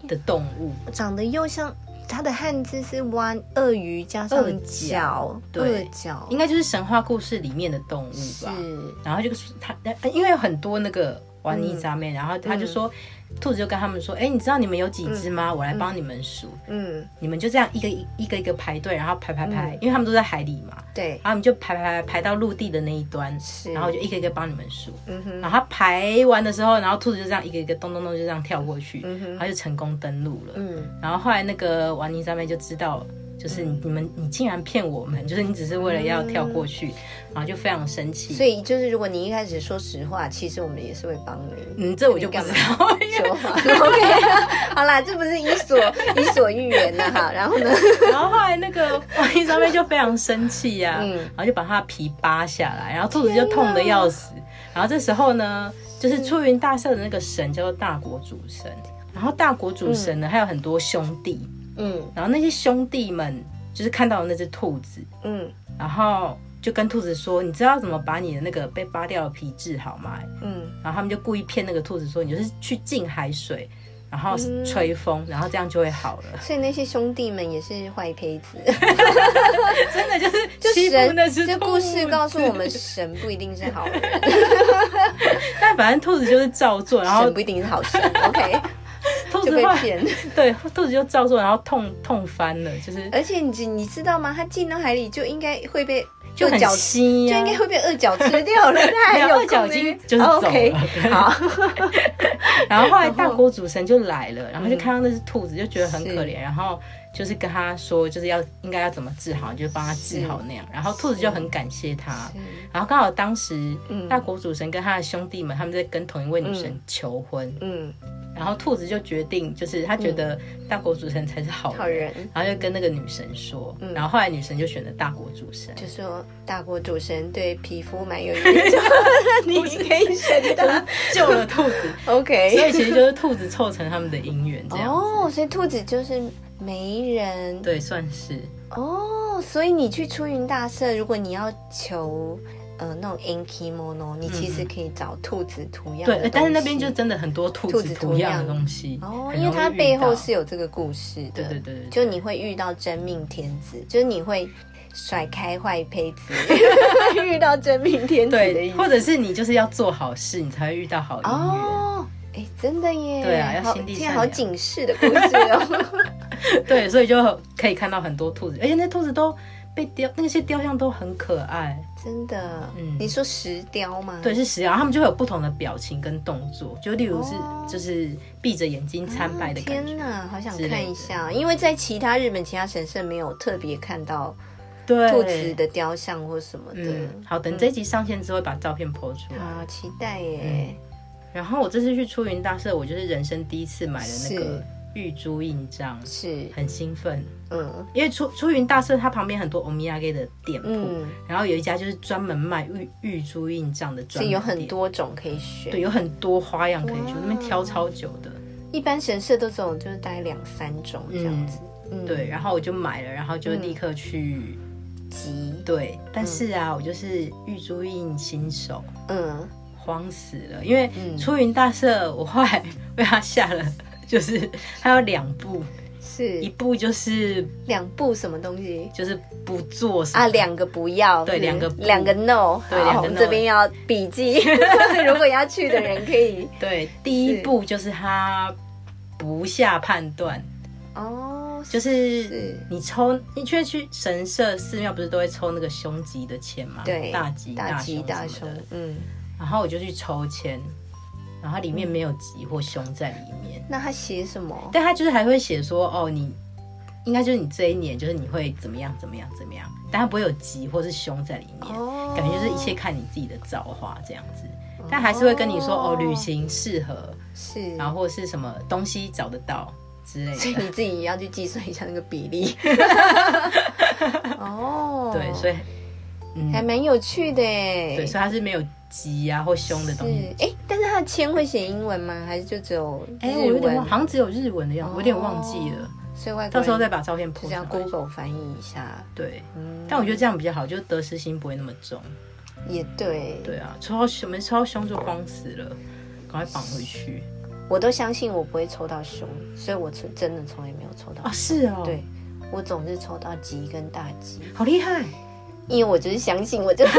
Speaker 1: 的动物，
Speaker 2: 长得又像它的汉字是弯鳄鱼加上
Speaker 1: 鳄
Speaker 2: 角
Speaker 1: 角，对
Speaker 2: 鳄角
Speaker 1: 应该就是神话故事里面的动物吧。
Speaker 2: 是
Speaker 1: 然后就是他，呃因为有很多那个玩泥渣
Speaker 2: 嗯
Speaker 1: 妹，然后他就说，兔子就跟他们说，哎、你知道你们有几只吗？我来帮你们数，
Speaker 2: 嗯，
Speaker 1: 你们就这样一个一一个一个排队，然后排排排，因为他们都在海里嘛，
Speaker 2: 对
Speaker 1: 然，后我们就排排排排到陆地的那一端，
Speaker 2: 是
Speaker 1: 然后我就一个一个帮你们数。
Speaker 2: 嗯哼，
Speaker 1: 然后他排完的时候，然后兔子就这样一个一个咚咚咚就这样跳过去，然后就成功登陆了。
Speaker 2: 嗯，
Speaker 1: 然后后来那个玩泥上面就知道，就是你你们你竟然骗我们，就是你只是为了要跳过去，
Speaker 2: 嗯
Speaker 1: 然后就非常生气。
Speaker 2: 所以就是如果你一开始说实话，其实我们也是会帮 你。
Speaker 1: 嗯，这我就不知道， 因为
Speaker 2: 说话 OK，好啦，这不是伊索 伊索寓言呐哈。然后呢，
Speaker 1: 然后后来那个王一上面就非常生气呀、
Speaker 2: 嗯
Speaker 1: 然后就把他的皮扒下来，然后兔子就痛得要死。然后这时候呢，就是出云大社的那个神叫做大国主神，然后大国主神呢、还有很多兄弟，
Speaker 2: 嗯
Speaker 1: 然后那些兄弟们就是看到了那只兔子，
Speaker 2: 嗯
Speaker 1: 然后就跟兔子说：“你知道怎么把你的那个被扒掉的皮治好吗？”
Speaker 2: 嗯，
Speaker 1: 然后他们就故意骗那个兔子说：“你就是去进海水，然后吹风，然后这样就会好了。”
Speaker 2: 所以那些兄弟们也是坏胚子。
Speaker 1: 真的就是
Speaker 2: 就
Speaker 1: 欺负
Speaker 2: 神
Speaker 1: 那只
Speaker 2: 这
Speaker 1: 兔
Speaker 2: 故事告诉
Speaker 1: 子
Speaker 2: 我，们，神不一定是好人，
Speaker 1: 但反正兔子就是照做， 然后
Speaker 2: 神不一定是好神。OK，
Speaker 1: 兔
Speaker 2: 就
Speaker 1: 子
Speaker 2: 被
Speaker 1: 后来
Speaker 2: 骗。
Speaker 1: 对兔子就照做，然后痛痛翻了，就是
Speaker 2: 而且你知你知道吗？他进到海里就应该会被
Speaker 1: 就
Speaker 2: 鳄
Speaker 1: 很
Speaker 2: 角吃，
Speaker 1: 稀
Speaker 2: 就
Speaker 1: 呀、
Speaker 2: 应该会被鳄角吃 掉了。他还
Speaker 1: 没有
Speaker 2: 有
Speaker 1: 鳄角
Speaker 2: 空在那边
Speaker 1: 已经就是走了
Speaker 2: OK，
Speaker 1: 对
Speaker 2: 好，
Speaker 1: 然后后来大国主神就来了，然后就看到那只兔子，就觉得很可
Speaker 2: 嗯是
Speaker 1: 怜，然后就是跟他说，就是要应该要怎么治好，就帮他治好那样。然后兔子就很感谢他。然后刚好当时
Speaker 2: 嗯
Speaker 1: 大国主神跟他的兄弟们，他们在跟同一位女神求婚，
Speaker 2: 嗯，
Speaker 1: 然后兔子就决定，就是他觉得大国主神才是好人，
Speaker 2: 好人嗯
Speaker 1: 然后就跟那个女神说，然后后来女神就选了大国主 神，
Speaker 2: 就说大国主神对皮肤蛮有研 究，你可以选他。
Speaker 1: 救 了兔子，所
Speaker 2: OK，哎
Speaker 1: 以其实就是兔子凑成他们的姻缘这样。
Speaker 2: 哦，所以兔子就是没人
Speaker 1: 对，算是
Speaker 2: 哦，所以你去出云大社，如果你要求呃那种 inki mono，你其实可以找兔子图样的
Speaker 1: 对呃
Speaker 2: 东西、，
Speaker 1: 但是那边就真的很多兔
Speaker 2: 兔
Speaker 1: 子
Speaker 2: 子
Speaker 1: 图
Speaker 2: 图
Speaker 1: 样
Speaker 2: 样
Speaker 1: 的东西
Speaker 2: 哦，
Speaker 1: 很
Speaker 2: 因为
Speaker 1: 容易
Speaker 2: 它
Speaker 1: 遇
Speaker 2: 背后
Speaker 1: 到
Speaker 2: 是有这个故事的，
Speaker 1: 对对对对
Speaker 2: 就你会遇到真命天子，就是你会甩开坏胚 子， 遇到真命天子的意
Speaker 1: 对，
Speaker 2: 思。
Speaker 1: 或者是你就是要做好事，你才会遇到好姻缘。
Speaker 2: 哦，哎、真的耶！
Speaker 1: 对啊要
Speaker 2: 好，
Speaker 1: 心地
Speaker 2: 竟
Speaker 1: 善
Speaker 2: 然好
Speaker 1: 良
Speaker 2: 警示的故事 哦。
Speaker 1: 对，所以就可以看到很多兔子，而且那兔子都被雕，那些雕像都很可爱。
Speaker 2: 真的，
Speaker 1: 嗯
Speaker 2: 你说石雕吗？
Speaker 1: 对，，是石羊，他们就会有不同的表情跟动作，就例如是、
Speaker 2: 哦
Speaker 1: 就是闭着眼睛参拜的感觉。
Speaker 2: 天哪，好想
Speaker 1: 之类
Speaker 2: 看一下，因为在其他日本其他神社没有特别看到
Speaker 1: 对，
Speaker 2: 兔子。的雕像或什么的。
Speaker 1: 嗯，好，等这一集上线之后会把照片 po 出来。
Speaker 2: 好期待耶！
Speaker 1: 嗯然后我这次去出云大社，我就是人生第一次买的那个
Speaker 2: 是
Speaker 1: 玉珠印章，
Speaker 2: 是，
Speaker 1: 很兴奋，
Speaker 2: 嗯
Speaker 1: 因为出出云大社它旁边很多 o m i y a g e 的店铺，
Speaker 2: 嗯，
Speaker 1: 然后有一家就是专门卖玉玉珠印章的专
Speaker 2: 是
Speaker 1: 门
Speaker 2: 有
Speaker 1: 店，
Speaker 2: 很多种可以选。
Speaker 1: 对，有很多花样可以去，
Speaker 2: 哇
Speaker 1: 那边挑超久的。
Speaker 2: 一般神社都只有就是大概两三种这样子。嗯，
Speaker 1: 对，，然后我就买了，然后就立刻去、
Speaker 2: 急，
Speaker 1: 对。但是啊，我就是玉珠印新手，
Speaker 2: 嗯，
Speaker 1: 慌死了，因为
Speaker 2: 嗯
Speaker 1: 出云大社，我后来 被他吓了，就是他有两步，一
Speaker 2: 是
Speaker 1: 步就是
Speaker 2: 两步什么东西
Speaker 1: 就是不做什么
Speaker 2: 啊？两个不要，
Speaker 1: 对
Speaker 2: 嗯
Speaker 1: 两个不
Speaker 2: 两个 no，
Speaker 1: 对
Speaker 2: 好
Speaker 1: 两个
Speaker 2: 我们
Speaker 1: no
Speaker 2: 这边要笔 记， 如果要去的人可以
Speaker 1: 对，第一步就是他不下判断，
Speaker 2: 哦，
Speaker 1: 就是
Speaker 2: 是
Speaker 1: 你抽，你去去神社寺庙不是都会抽那个凶吉的签吗？
Speaker 2: 对
Speaker 1: 大吉
Speaker 2: 大吉
Speaker 1: 吉
Speaker 2: 大
Speaker 1: 凶
Speaker 2: 凶
Speaker 1: 什么的，
Speaker 2: 嗯，
Speaker 1: 然后我就去抽签，然后里面没有吉或凶在里面，
Speaker 2: 那他写什么？
Speaker 1: 但他就是还会写说，哦，你应该就是你这一年就是你会怎么样怎么样怎么样，但他不会有吉或是凶在里面，
Speaker 2: 哦
Speaker 1: 感觉就是一切看你自己的造化这样子。但还是会跟你说，哦，旅行适合，
Speaker 2: 是，
Speaker 1: 然后或是什么东西找得到之类
Speaker 2: 所以
Speaker 1: 的。
Speaker 2: 你自己要去计算一下那个 比例。哦，
Speaker 1: 对，所以嗯，
Speaker 2: 还蛮有趣的哎。
Speaker 1: 对，所以它是没有吉啊或凶的东西
Speaker 2: 是。，哎、但是它的签会写英文吗？还是就只有
Speaker 1: 哎、我
Speaker 2: 日
Speaker 1: 有点
Speaker 2: 文？
Speaker 1: 忘，好像只有日文的样子，我有点忘记了。
Speaker 2: 所以外国
Speaker 1: 到
Speaker 2: 人
Speaker 1: 时候再把照片
Speaker 2: 就
Speaker 1: po
Speaker 2: 是要
Speaker 1: 出来。
Speaker 2: Google 翻译一下。
Speaker 1: 对，
Speaker 2: 嗯，
Speaker 1: 但我觉得这样比较好，就得失心不会那么重。
Speaker 2: 也对，
Speaker 1: 对啊，抽到熊，我们抽到凶就慌死了，赶快绑回去。
Speaker 2: 我都相信我不会抽到熊，所以我从真的从来没有抽到。
Speaker 1: 啊，是哦，
Speaker 2: 对，，我总是抽到吉跟大吉，
Speaker 1: 好厉害！
Speaker 2: 因为我就是相信，我就
Speaker 1: 哇，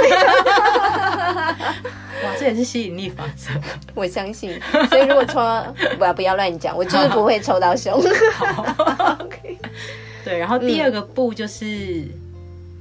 Speaker 1: 这也是吸引力法则。
Speaker 2: 我相信，所以如果抽到，不要不要乱讲，我就是不会抽到熊。OK，
Speaker 1: 对，然后
Speaker 2: 嗯
Speaker 1: 第二个步就是。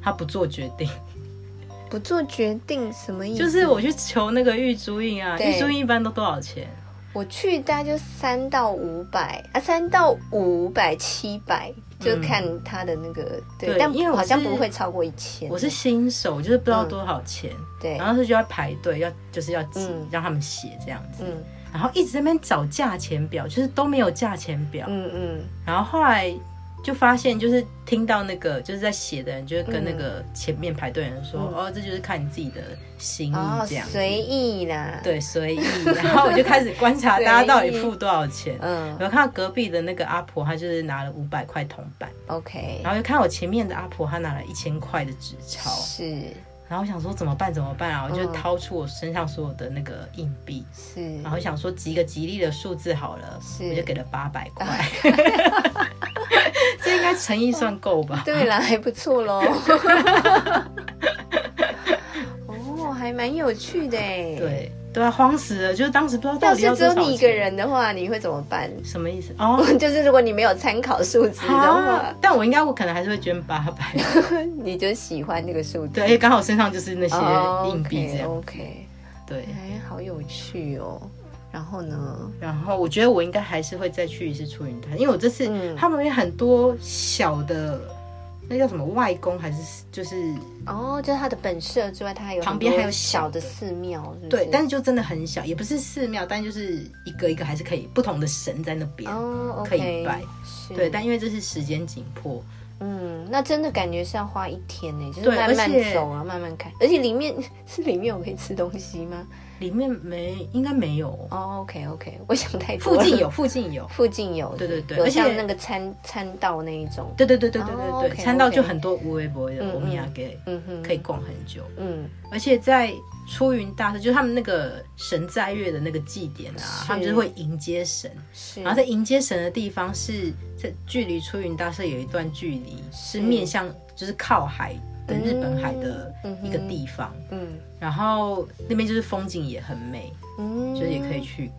Speaker 1: 他不做决定，
Speaker 2: 不做决定什么意思？
Speaker 1: 就是我去求那个玉珠印啊，
Speaker 2: 对
Speaker 1: 玉珠印一般都多少钱？
Speaker 2: 我去大概就三到五百啊，三到五百七百，就看他的那个、
Speaker 1: 嗯
Speaker 2: 对，
Speaker 1: 对
Speaker 2: 但
Speaker 1: 因为我
Speaker 2: 好像
Speaker 1: 是
Speaker 2: 不会超过一千。
Speaker 1: 我是新手，就是不知道多少钱，
Speaker 2: 嗯对
Speaker 1: 然，后是就要排队，要就是要挤、
Speaker 2: 嗯
Speaker 1: 让他们写这样子，
Speaker 2: 嗯
Speaker 1: 然后一直在那边找价钱表，就是都没有价钱表，
Speaker 2: 嗯嗯，
Speaker 1: 然后后来就发现，就是听到那个就是在写的人，就会跟那个
Speaker 2: 嗯
Speaker 1: 前面排队的人说，哦，这就是看你自己的心意
Speaker 2: 哦，
Speaker 1: 嗯这样，
Speaker 2: 随意啦，，
Speaker 1: 对，随意。然后我就开始观察
Speaker 2: 随意
Speaker 1: 大家到底付多少钱。
Speaker 2: 嗯
Speaker 1: 我看到隔壁的那个阿婆，她就是拿了五百块铜板，
Speaker 2: ，OK，
Speaker 1: 然后又看我前面的阿婆，她拿了一千块的纸钞，
Speaker 2: 是
Speaker 1: 然后我想说怎么办怎么办啊？我就
Speaker 2: 嗯
Speaker 1: 掏出我身上所有的那个硬币，
Speaker 2: 是
Speaker 1: 然后想说集个吉利的数字好了，
Speaker 2: 是
Speaker 1: 我就给了八百块， 这应该诚意算够吧？
Speaker 2: 对啦，还不 错喽。哦，还蛮有趣的哎。，
Speaker 1: 对对啊，慌死了！就是当时不知道到
Speaker 2: 要
Speaker 1: 底
Speaker 2: 是只
Speaker 1: 多
Speaker 2: 有
Speaker 1: 少
Speaker 2: 你一个
Speaker 1: 钱
Speaker 2: 人的话，你会怎么办？，
Speaker 1: 什么意思？哦
Speaker 2: 就是如果你没有参考数字的
Speaker 1: 啊
Speaker 2: 话，！
Speaker 1: 但我应该我可能还是会捐八百，
Speaker 2: 你就喜欢那个数字。
Speaker 1: 对，因为刚好身上就是那些
Speaker 2: 哦
Speaker 1: 硬币这样，
Speaker 2: o k
Speaker 1: 对
Speaker 2: OK，。哎，好有趣哦。然后呢？
Speaker 1: 然后我觉得我应该还是会再去一次出云台，因为我这次、
Speaker 2: 嗯
Speaker 1: 他们有很多小的，那叫什么外公还是就是
Speaker 2: 哦，就是它的本社之外，它还有很多
Speaker 1: 旁边还有
Speaker 2: 小的寺庙，是不是
Speaker 1: 对，但是就真的很小，也不是寺庙，但就是一个一个还是可以不同的神在那边。
Speaker 2: 哦，OK，
Speaker 1: 可以拜
Speaker 2: 是
Speaker 1: 对，但因为这是时间紧迫，
Speaker 2: 嗯，那真的感觉是要花一天呢，就是
Speaker 1: 对
Speaker 2: 慢
Speaker 1: 而
Speaker 2: 慢
Speaker 1: 且
Speaker 2: 走啊，慢慢看，而且里面是里面我可以吃东西吗？
Speaker 1: 里面没应该没有，
Speaker 2: 哦，OK OK，我想太多
Speaker 1: 附
Speaker 2: 了
Speaker 1: 近有，附近有，
Speaker 2: 附近有，
Speaker 1: 对对对
Speaker 2: 有
Speaker 1: 而且
Speaker 2: 像那个餐餐道那一种，
Speaker 1: 对对对对对
Speaker 2: 哦
Speaker 1: 对对，
Speaker 2: ，OK，OK
Speaker 1: 餐道就很多无微博的，
Speaker 2: 嗯
Speaker 1: 我们也给
Speaker 2: 嗯哼，
Speaker 1: 可以，逛很久，
Speaker 2: 嗯，
Speaker 1: 而且在出云大社，就是他们那个神在月的那个祭典啊，
Speaker 2: 是
Speaker 1: 他们就是会迎接神，
Speaker 2: 是，
Speaker 1: 然后在迎接神的地方是在距离出云大社有一段距离，是面向就是靠海的日本海的一个地方，
Speaker 2: 嗯
Speaker 1: 然后那边就是风景也很美，
Speaker 2: 嗯，
Speaker 1: 就是也可以去。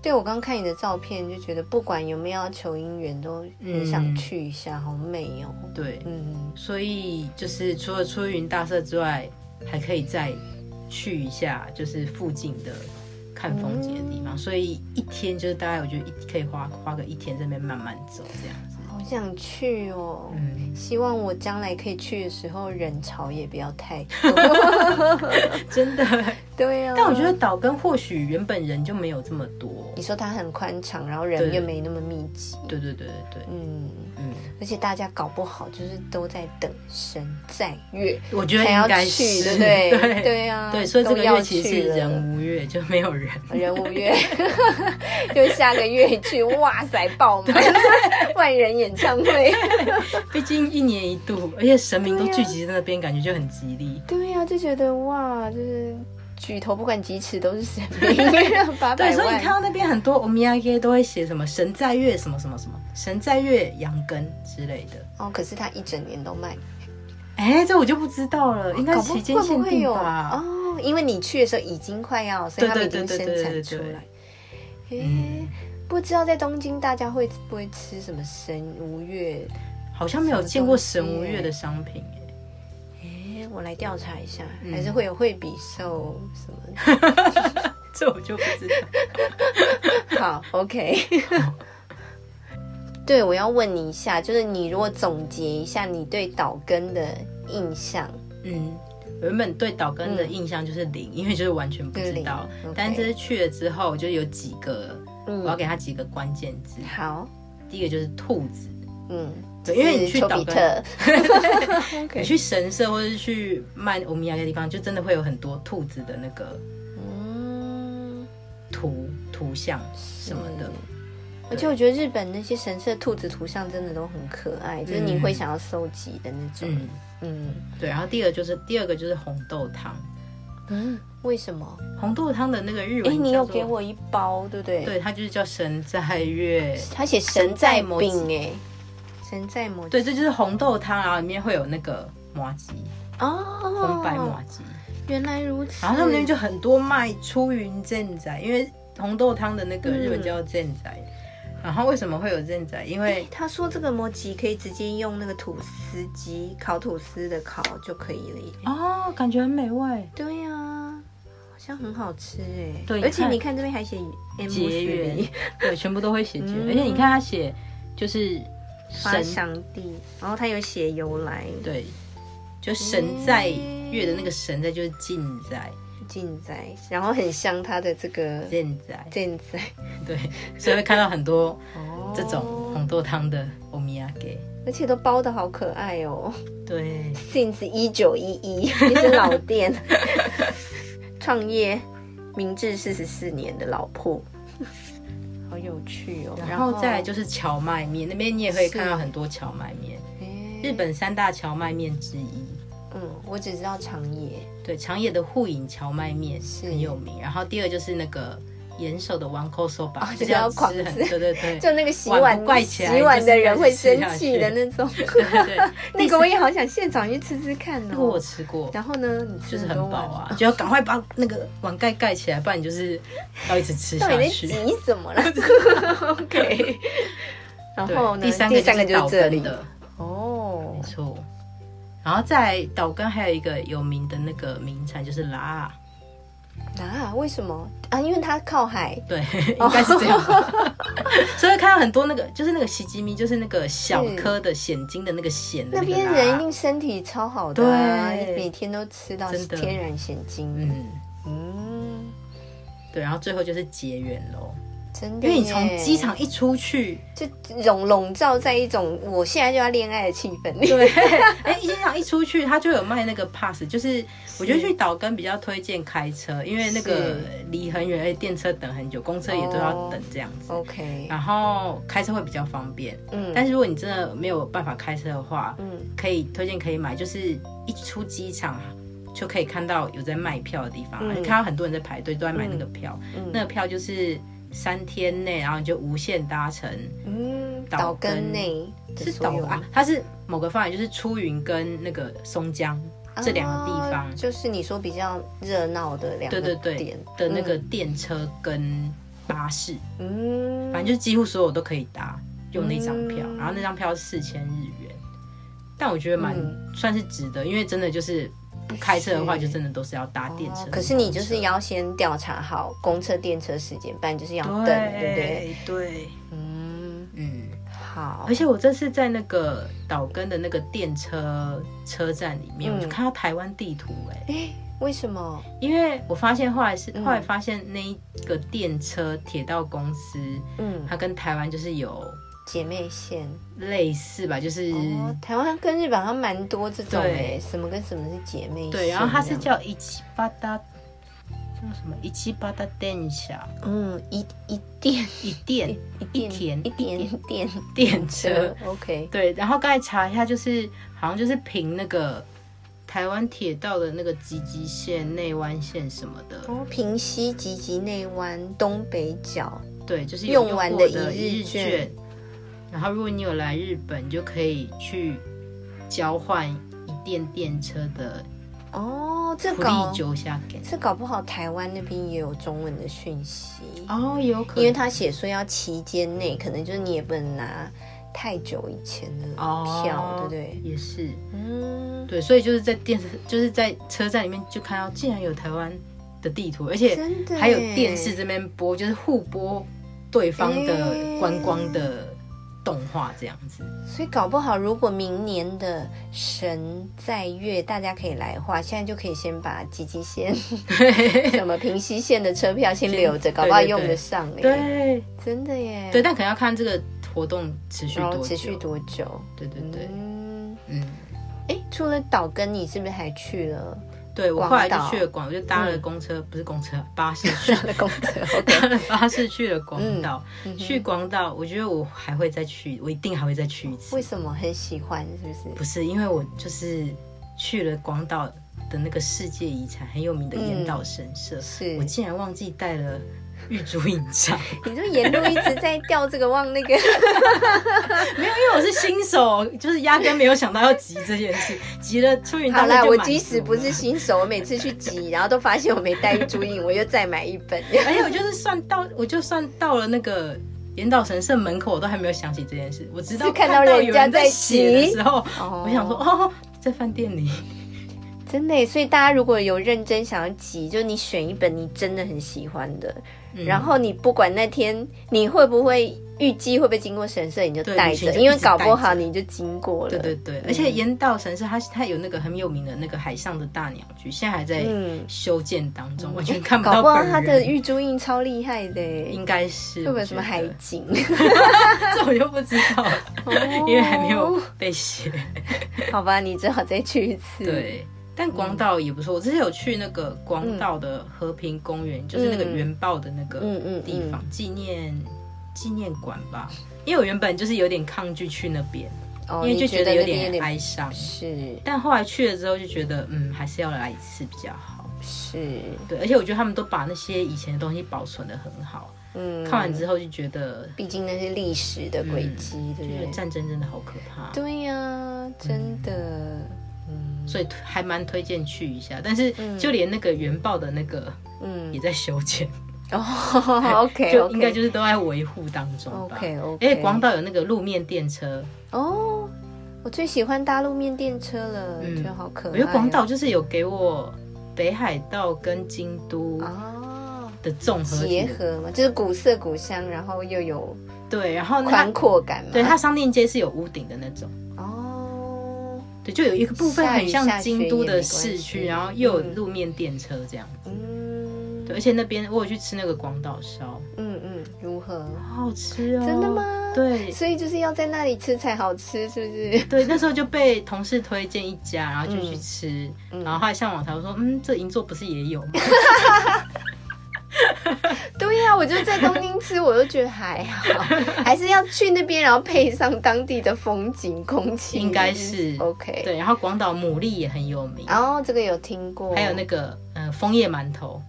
Speaker 2: 对我刚看你的照片，就觉得不管有没有要求姻缘，都很想去一下，好美哦。
Speaker 1: 对，
Speaker 2: 嗯，
Speaker 1: 所以就是除了出云大社之外，还可以再去一下就是附近的看风景的地方，所以一天就是大概我觉得一可以花花个一天在那边慢慢走这样子。
Speaker 2: 好想去哦。
Speaker 1: 嗯，
Speaker 2: 希望我将来可以去的时候，人潮也不要 太多。
Speaker 1: 真 的。
Speaker 2: 对啊，
Speaker 1: 但我觉得岛根或许原本人就没有这么多。
Speaker 2: 你说它很宽敞，然后人
Speaker 1: 对
Speaker 2: 又没那么密集。
Speaker 1: 对对对对对，
Speaker 2: 嗯，
Speaker 1: 嗯，
Speaker 2: 而且大家搞不好就是都在等神在月，
Speaker 1: 我觉得
Speaker 2: 才要
Speaker 1: 应该
Speaker 2: 去，
Speaker 1: 是
Speaker 2: 对不对？
Speaker 1: 对
Speaker 2: 对啊，
Speaker 1: 对，所以这
Speaker 2: 都
Speaker 1: 个
Speaker 2: 要
Speaker 1: 月其实是
Speaker 2: 去了
Speaker 1: 人无月就没有人。
Speaker 2: 人五月， 就下个月去，哇塞，爆满，万人演唱会。
Speaker 1: 毕竟一年一度，而且神明都
Speaker 2: 对啊
Speaker 1: 聚集在那边，感觉就很吉利。
Speaker 2: 对啊呀、就觉得哇，就是举头不管几尺都是神明， 八
Speaker 1: 对，
Speaker 2: 百
Speaker 1: 所以你看到
Speaker 2: 万。
Speaker 1: 那边很多 o m i y a 都会写什么“神在月”什么什么什么“神在月羊羹”之类的。
Speaker 2: 哦，可是他一整年都卖，
Speaker 1: 哎，这我就不知道了，应该
Speaker 2: 搞不
Speaker 1: 期间限
Speaker 2: 会不会
Speaker 1: 定
Speaker 2: 有
Speaker 1: 吧？
Speaker 2: 哦，因为你去的时候已经快要，所以他们已经生产出来。诶、
Speaker 1: 嗯
Speaker 2: 不知道在东京大家会不会吃什么神无月？
Speaker 1: 好像没有见过神无月的商品。哎
Speaker 2: 诶、我来调查一下，
Speaker 1: 嗯
Speaker 2: 还是会有惠比寿什么的。
Speaker 1: 这我就不知道。
Speaker 2: 好，OK。对，我要问你一下，就是你如果总结一下你对岛根的印象，
Speaker 1: 嗯，原本对岛根的印象就是零， 因为就是完全不知道
Speaker 2: 嗯零。
Speaker 1: 但
Speaker 2: OK
Speaker 1: 这次去了之后，就有几个，我要
Speaker 2: 嗯，
Speaker 1: 给他几个关键字。
Speaker 2: 好，
Speaker 1: 第一个就是兔子，
Speaker 2: 嗯，
Speaker 1: 对因为你去
Speaker 2: 丘
Speaker 1: 岛
Speaker 2: 比
Speaker 1: 根
Speaker 2: 特
Speaker 1: 你去神社或者是去卖欧米亚的地方，就真的会有很多兔子的那个
Speaker 2: 嗯，
Speaker 1: 图图像什么的。
Speaker 2: 而且我觉得日本那些神社兔子图像真的都很可爱，就是你会想要收集的那种，
Speaker 1: 嗯，
Speaker 2: 嗯
Speaker 1: 对。然后第二个就是第二个就是红豆汤，
Speaker 2: 嗯，为什么？
Speaker 1: 红豆汤的那个日文
Speaker 2: 哎、
Speaker 1: 叫做，
Speaker 2: 你有给我一包，对不对？，
Speaker 1: 对，它就是叫神在月。
Speaker 2: 他写神在
Speaker 1: 神在
Speaker 2: 饼哎，神在魔
Speaker 1: 对，这就是红豆汤，然后里面会有那个麻吉，
Speaker 2: 哦，
Speaker 1: 红白麻吉。
Speaker 2: 原来如此。
Speaker 1: 然后他们那边就很多卖出云正仔，因为红豆汤的那个日文
Speaker 2: 嗯
Speaker 1: 叫正仔。然后为什么会有正仔？因为
Speaker 2: 他说这个摩吉可以直接用那个吐司机烤吐司的烤就可以了耶。
Speaker 1: 哦，感觉很美味。
Speaker 2: 对呀、好像很好吃哎。
Speaker 1: 对
Speaker 2: 而且
Speaker 1: 你看
Speaker 2: 你看这边还写 M
Speaker 1: 结缘，对，全部都会写结缘。
Speaker 2: 嗯
Speaker 1: 而且你看他写就是
Speaker 2: 发
Speaker 1: 神
Speaker 2: 祥地，然后他有写由来
Speaker 1: 对，就神在月的那个神在就是近在
Speaker 2: 进在，然后很像他的这个
Speaker 1: 现在，
Speaker 2: 进在
Speaker 1: 对，所以会看到很多
Speaker 2: 哦
Speaker 1: 这种嗯红豆汤的欧米亚给。
Speaker 2: 而且都包的好可爱哦。
Speaker 1: 对，
Speaker 2: Since 一九一一，一是老 店，创业明治四十四年的老铺，好有趣哦。
Speaker 1: 然后再来就是荞麦面，那边你也会看到很多荞麦面，
Speaker 2: 诶
Speaker 1: 日本三大荞麦面之一。
Speaker 2: 哎嗯，我只知道长野，
Speaker 1: 对，长野的护影荞麦面
Speaker 2: 是
Speaker 1: 很有名。然后第二就是那个岩手的 one c o soba，、
Speaker 2: 哦
Speaker 1: 就
Speaker 2: 就是是
Speaker 1: 要
Speaker 2: 要
Speaker 1: 吃
Speaker 2: 狂
Speaker 1: 很
Speaker 2: 吃
Speaker 1: 对对对，
Speaker 2: 就那个洗碗
Speaker 1: 碗不怪起来
Speaker 2: 洗碗的人会生气
Speaker 1: 就是要
Speaker 2: 的
Speaker 1: 吃下去
Speaker 2: 那种。
Speaker 1: 对对，
Speaker 2: 那个我 也好想现场去吃吃看
Speaker 1: 那个我
Speaker 2: 哦。
Speaker 1: 吃过，
Speaker 2: 然后呢，你
Speaker 1: 就
Speaker 2: 吃
Speaker 1: 是
Speaker 2: 了
Speaker 1: 很
Speaker 2: 多
Speaker 1: 饱
Speaker 2: 碗
Speaker 1: 啊，就要赶快把那个碗盖盖起来，不然你就是要一直吃
Speaker 2: 到底
Speaker 1: 下
Speaker 2: 在
Speaker 1: 去
Speaker 2: 急。什 么啦 ？OK。然后
Speaker 1: 对，
Speaker 2: 呢？
Speaker 1: 第三个
Speaker 2: 就是
Speaker 1: 岛
Speaker 2: 这
Speaker 1: 根
Speaker 2: 里
Speaker 1: 的，
Speaker 2: 哦
Speaker 1: 没，错。然后在岛根还有一个有名的那个名产就是拉，
Speaker 2: 啊？为什么啊？因为它靠海，
Speaker 1: 对，
Speaker 2: 哦
Speaker 1: 应该是这 样吧。所以看到很多那个就是那个喜吉米，就是那个小颗的显金的那个显的
Speaker 2: 那
Speaker 1: 个
Speaker 2: 边
Speaker 1: 拉
Speaker 2: 人一定身体超好的啊，
Speaker 1: 对
Speaker 2: 每天都吃到
Speaker 1: 真的
Speaker 2: 天然咸精。
Speaker 1: 嗯，
Speaker 2: 嗯，
Speaker 1: 对。然后最后就是结缘喽，
Speaker 2: 真的
Speaker 1: 因
Speaker 2: 耶，
Speaker 1: 为你从机场一出去，
Speaker 2: 就笼笼罩在一种我现在就要恋爱的气氛里。
Speaker 1: 对，哎、机场一出去，他就有卖那个 pass，就是我觉得去岛根比较推荐开车，因为那个离很远，而且电车等很久，公车也都要等这样子。
Speaker 2: OK，
Speaker 1: 然后开车会比较方便，
Speaker 2: 哦嗯，
Speaker 1: 但是如果你真的没有办法开车的话，
Speaker 2: 嗯，
Speaker 1: 可以推荐可以买，就是一出机场就可以看到有在卖票的地方，
Speaker 2: 嗯
Speaker 1: 而且看到很多人在排队都在买那个票，
Speaker 2: 嗯
Speaker 1: 那个票就是三天内，然后你就无限搭乘，
Speaker 2: 嗯，
Speaker 1: 岛
Speaker 2: 岛
Speaker 1: 根
Speaker 2: 根内的
Speaker 1: 是
Speaker 2: 所
Speaker 1: 岛
Speaker 2: 有
Speaker 1: 啊，它是某个方案，就是出云跟那个松江这两个地方
Speaker 2: 哦就是你说比较热闹的两个
Speaker 1: 对对对
Speaker 2: 点
Speaker 1: 的那个电车跟巴士，
Speaker 2: 嗯，
Speaker 1: 反正就是几乎所有都可以搭，用那张票，然后那张票是四千日元，但我觉得蛮、
Speaker 2: 嗯
Speaker 1: 算是值得，因为真的就是不开车的话，
Speaker 2: 是
Speaker 1: 就真的都是要搭电车、
Speaker 2: 哦可是你就是要先调查好公车、电车时间，不然就是要等，对不对？
Speaker 1: 对对，
Speaker 2: 嗯，
Speaker 1: 嗯，
Speaker 2: 好，
Speaker 1: 而且我这次在那个岛根的那个电车车站里面，我
Speaker 2: 嗯
Speaker 1: 就看到台湾地图、哎。
Speaker 2: 为什么？
Speaker 1: 因为我发现后来
Speaker 2: 嗯
Speaker 1: 是、后来发现那一个电车铁道公司，
Speaker 2: 嗯，
Speaker 1: 它跟台湾就是有
Speaker 2: 姐妹线
Speaker 1: 类似吧，就是、
Speaker 2: 哦，台湾跟日本好像蛮多这种
Speaker 1: 对
Speaker 2: 哎，什么跟什么是姐妹线这样？
Speaker 1: 对，然后它是叫一七八达，叫什么一七八达电下
Speaker 2: 嗯一一电
Speaker 1: 一电一田
Speaker 2: 一点电
Speaker 1: 电
Speaker 2: 车
Speaker 1: 车，
Speaker 2: ，OK，
Speaker 1: 对，然后刚才查一下，就是好像就是凭那个台湾铁道的那个集集线、内湾线什么的，
Speaker 2: 哦，平西、集集内湾、东北角，
Speaker 1: 对，就是有
Speaker 2: 用完的
Speaker 1: 过的
Speaker 2: 一日
Speaker 1: 日券。然后，如果你有来日本，你就可以去交换一电电车的
Speaker 2: 哦，这
Speaker 1: 福
Speaker 2: 搞
Speaker 1: 利九下给。
Speaker 2: 这搞不好台湾那边也有中文的讯息，
Speaker 1: 哦，有可能，
Speaker 2: 因为他写说要期间内，可能就是你也不能拿太久以前的
Speaker 1: 哦
Speaker 2: 票，对不对？
Speaker 1: 也是
Speaker 2: 嗯，
Speaker 1: 对，所以就是在电视，就是在车站里面就看到，竟然有台湾的地图，而且
Speaker 2: 真的耶
Speaker 1: 还有电视这边播，就是互播对方的
Speaker 2: 哎
Speaker 1: 观光的动画这样子。
Speaker 2: 所以搞不好如果明年的神在月大家可以来的话，现在就可以先把集 集线、什么平西线的车票先留着，
Speaker 1: 先
Speaker 2: 搞不好
Speaker 1: 对对
Speaker 2: 用
Speaker 1: 对
Speaker 2: 得上哎，
Speaker 1: 对
Speaker 2: 真的耶，
Speaker 1: 对，但可能要看这个活动持续
Speaker 2: 然
Speaker 1: 多
Speaker 2: 后
Speaker 1: 久。
Speaker 2: 持续多久？
Speaker 1: 对对对，
Speaker 2: 嗯，
Speaker 1: 嗯。
Speaker 2: 哎，除了岛根，你是不是还去 了
Speaker 1: 对我
Speaker 2: 广
Speaker 1: 后来就
Speaker 2: 岛嗯
Speaker 1: 去了广，我就搭了公车，不是公车，巴士去，
Speaker 2: 他的工作？OK，
Speaker 1: 搭了巴士去了广
Speaker 2: 嗯
Speaker 1: 岛。去广岛，我觉得我还会再去，我一定还会再去一次
Speaker 2: 为。什么很喜欢？是不是？
Speaker 1: 不是因为我就是去了广岛的那个世界遗产很有名的岩岛神社，
Speaker 2: 嗯是
Speaker 1: 我竟然忘记带了玉竹影杖，
Speaker 2: 你就沿路一直在掉这个往 那个，
Speaker 1: 没有，因为我是新手，就是压根没有想到要急这件事，急了出云大
Speaker 2: 好
Speaker 1: 社
Speaker 2: 啦，
Speaker 1: 就
Speaker 2: 我
Speaker 1: 满
Speaker 2: 即
Speaker 1: 足
Speaker 2: 使不
Speaker 1: 了
Speaker 2: 是新手，我每次去集， 然后都发现我没带注印，我又再买一 本。
Speaker 1: 而且我就是算到，我就算到了那个岩岛神社门口，我都还没有想起这件事。我直到
Speaker 2: 是看到
Speaker 1: 到
Speaker 2: 人
Speaker 1: 有
Speaker 2: 家
Speaker 1: 人在
Speaker 2: 在
Speaker 1: 写的
Speaker 2: 骑
Speaker 1: 时候，
Speaker 2: 哦
Speaker 1: 我想说，哦，在饭店里，
Speaker 2: 真的耶，所以大家如果有认真想要集，就你选一本你真的很喜欢的，
Speaker 1: 嗯
Speaker 2: 然后你不管那天你会不会预计会不会经过神社，你就
Speaker 1: 对
Speaker 2: 带
Speaker 1: 旅行
Speaker 2: 着，
Speaker 1: 就
Speaker 2: 因为
Speaker 1: 一直
Speaker 2: 搞不
Speaker 1: 带
Speaker 2: 好
Speaker 1: 着
Speaker 2: 你就经过了。
Speaker 1: 对对对，而且岩岛神社它它有那个很有名的那个海上的大鸟居，现在还在
Speaker 2: 嗯
Speaker 1: 修建当中，完全看不
Speaker 2: 搞
Speaker 1: 到
Speaker 2: 不好
Speaker 1: 本人。嗯
Speaker 2: 他的玉珠印超厉害的耶，
Speaker 1: 应该是
Speaker 2: 会不会
Speaker 1: 我
Speaker 2: 有什
Speaker 1: 觉得
Speaker 2: 么 海哦景？
Speaker 1: 这我就不知道了，因为还没有被写。
Speaker 2: 嗯 好吧，你只好再去一次。，
Speaker 1: 对，但广岛也不错。我之前有去那个广岛的和平公园，就是那个原爆的那个
Speaker 2: 嗯嗯
Speaker 1: 地方纪、念纪念馆吧。因为我原本就是有点抗拒去那边，
Speaker 2: 哦，
Speaker 1: 因为就
Speaker 2: 你觉
Speaker 1: 得有
Speaker 2: 那边有
Speaker 1: 点
Speaker 2: 点
Speaker 1: 哀伤。
Speaker 2: 是
Speaker 1: 但后来去了之后就觉得，嗯，还是要来一次比较好。
Speaker 2: 是，
Speaker 1: 对，而且我觉得他们都把那些以前的东西保存的很好。
Speaker 2: 嗯，
Speaker 1: 看完之后就觉得，
Speaker 2: 毕竟那是历史的轨迹，对
Speaker 1: 因
Speaker 2: 不
Speaker 1: 为
Speaker 2: 对？
Speaker 1: 战争真的好可怕，
Speaker 2: 对呀、真的，嗯
Speaker 1: 所以还蛮推荐去一下。但是就连那个原爆的那个也
Speaker 2: 嗯，
Speaker 1: 在修建。
Speaker 2: 哦，OK，
Speaker 1: 就应该就是都在维护当中吧。
Speaker 2: OK OK，
Speaker 1: 哎，广岛有那个路面电车，
Speaker 2: 哦，我最喜欢搭路面电车了，觉得好可
Speaker 1: 嗯
Speaker 2: 爱、哦
Speaker 1: 我觉得广岛就是有给我北海道跟京都
Speaker 2: 哦。
Speaker 1: 的综合体
Speaker 2: 结合嘛，就是古色古香，然后又有
Speaker 1: 对，然后它
Speaker 2: 宽阔感嘛。
Speaker 1: 对它商店街是有屋顶的那种，
Speaker 2: 哦，
Speaker 1: 对，就有一个部分很像京都的
Speaker 2: 下雨下雪也
Speaker 1: 市
Speaker 2: 没关系
Speaker 1: 区，然后又有路面电车这样子。
Speaker 2: 嗯，
Speaker 1: 对，而且那边我有去吃那个广岛烧，
Speaker 2: 嗯嗯，如何？
Speaker 1: 好好吃哦！
Speaker 2: 真的？吗？，
Speaker 1: 对
Speaker 2: 所以就是要在那里吃才好吃，是不是？
Speaker 1: 对，那时候就被同事推荐一家，然后就去
Speaker 2: 嗯
Speaker 1: 吃，
Speaker 2: 嗯
Speaker 1: 然后后来上网查，我说嗯，这银座不是也有吗？
Speaker 2: 对
Speaker 1: 啊
Speaker 2: 呀、 我就在东京吃，我都觉得还 好，还是要去那边，然后配上当地的风景、空气，
Speaker 1: 应该是
Speaker 2: OK。
Speaker 1: 对，然后广岛牡蛎也很有名，
Speaker 2: 然后这个有听过，
Speaker 1: 还有那个呃枫叶馒头，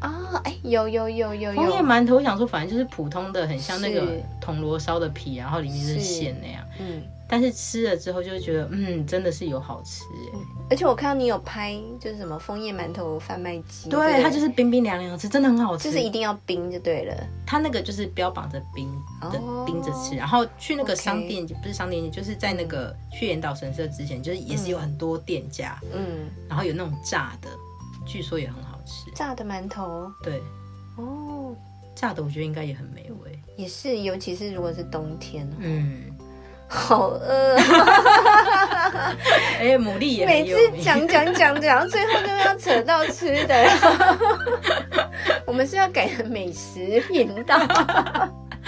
Speaker 2: 哦，哎，有有有有
Speaker 1: 枫叶
Speaker 2: 有，
Speaker 1: 馒头，我想说反正就是普通的，很像那个
Speaker 2: 是
Speaker 1: 铜锣烧的皮，然后里面是
Speaker 2: 是
Speaker 1: 馅那样。
Speaker 2: 嗯，
Speaker 1: 但是吃了之后就会觉得，嗯，真的是有好吃耶。
Speaker 2: 而且我看到你有拍，就是什么枫叶馒头贩卖机，
Speaker 1: 对，它
Speaker 2: 就
Speaker 1: 就是是冰冰凉凉的吃，真的很好吃。
Speaker 2: 就是一定要冰就对了，
Speaker 1: 它那个就是标榜着冰的
Speaker 2: 哦
Speaker 1: 冰着吃，然后去那个
Speaker 2: OK
Speaker 1: 商店不是商店，就是在那个去岩岛神社之前，就是也是有很多店家，
Speaker 2: 嗯，
Speaker 1: 然后有那种炸的，据说也很好吃。
Speaker 2: 炸的馒头，
Speaker 1: 对，
Speaker 2: 哦，
Speaker 1: 炸的我觉得应该也很美味。
Speaker 2: 也是，尤其是如果是冬天，
Speaker 1: 嗯，
Speaker 2: 好饿。
Speaker 1: 哎，牡 蛎也
Speaker 2: 每
Speaker 1: 很
Speaker 2: 次
Speaker 1: 有名。
Speaker 2: 讲讲讲讲，最后都要扯到吃的。 我们是要改成美食频道，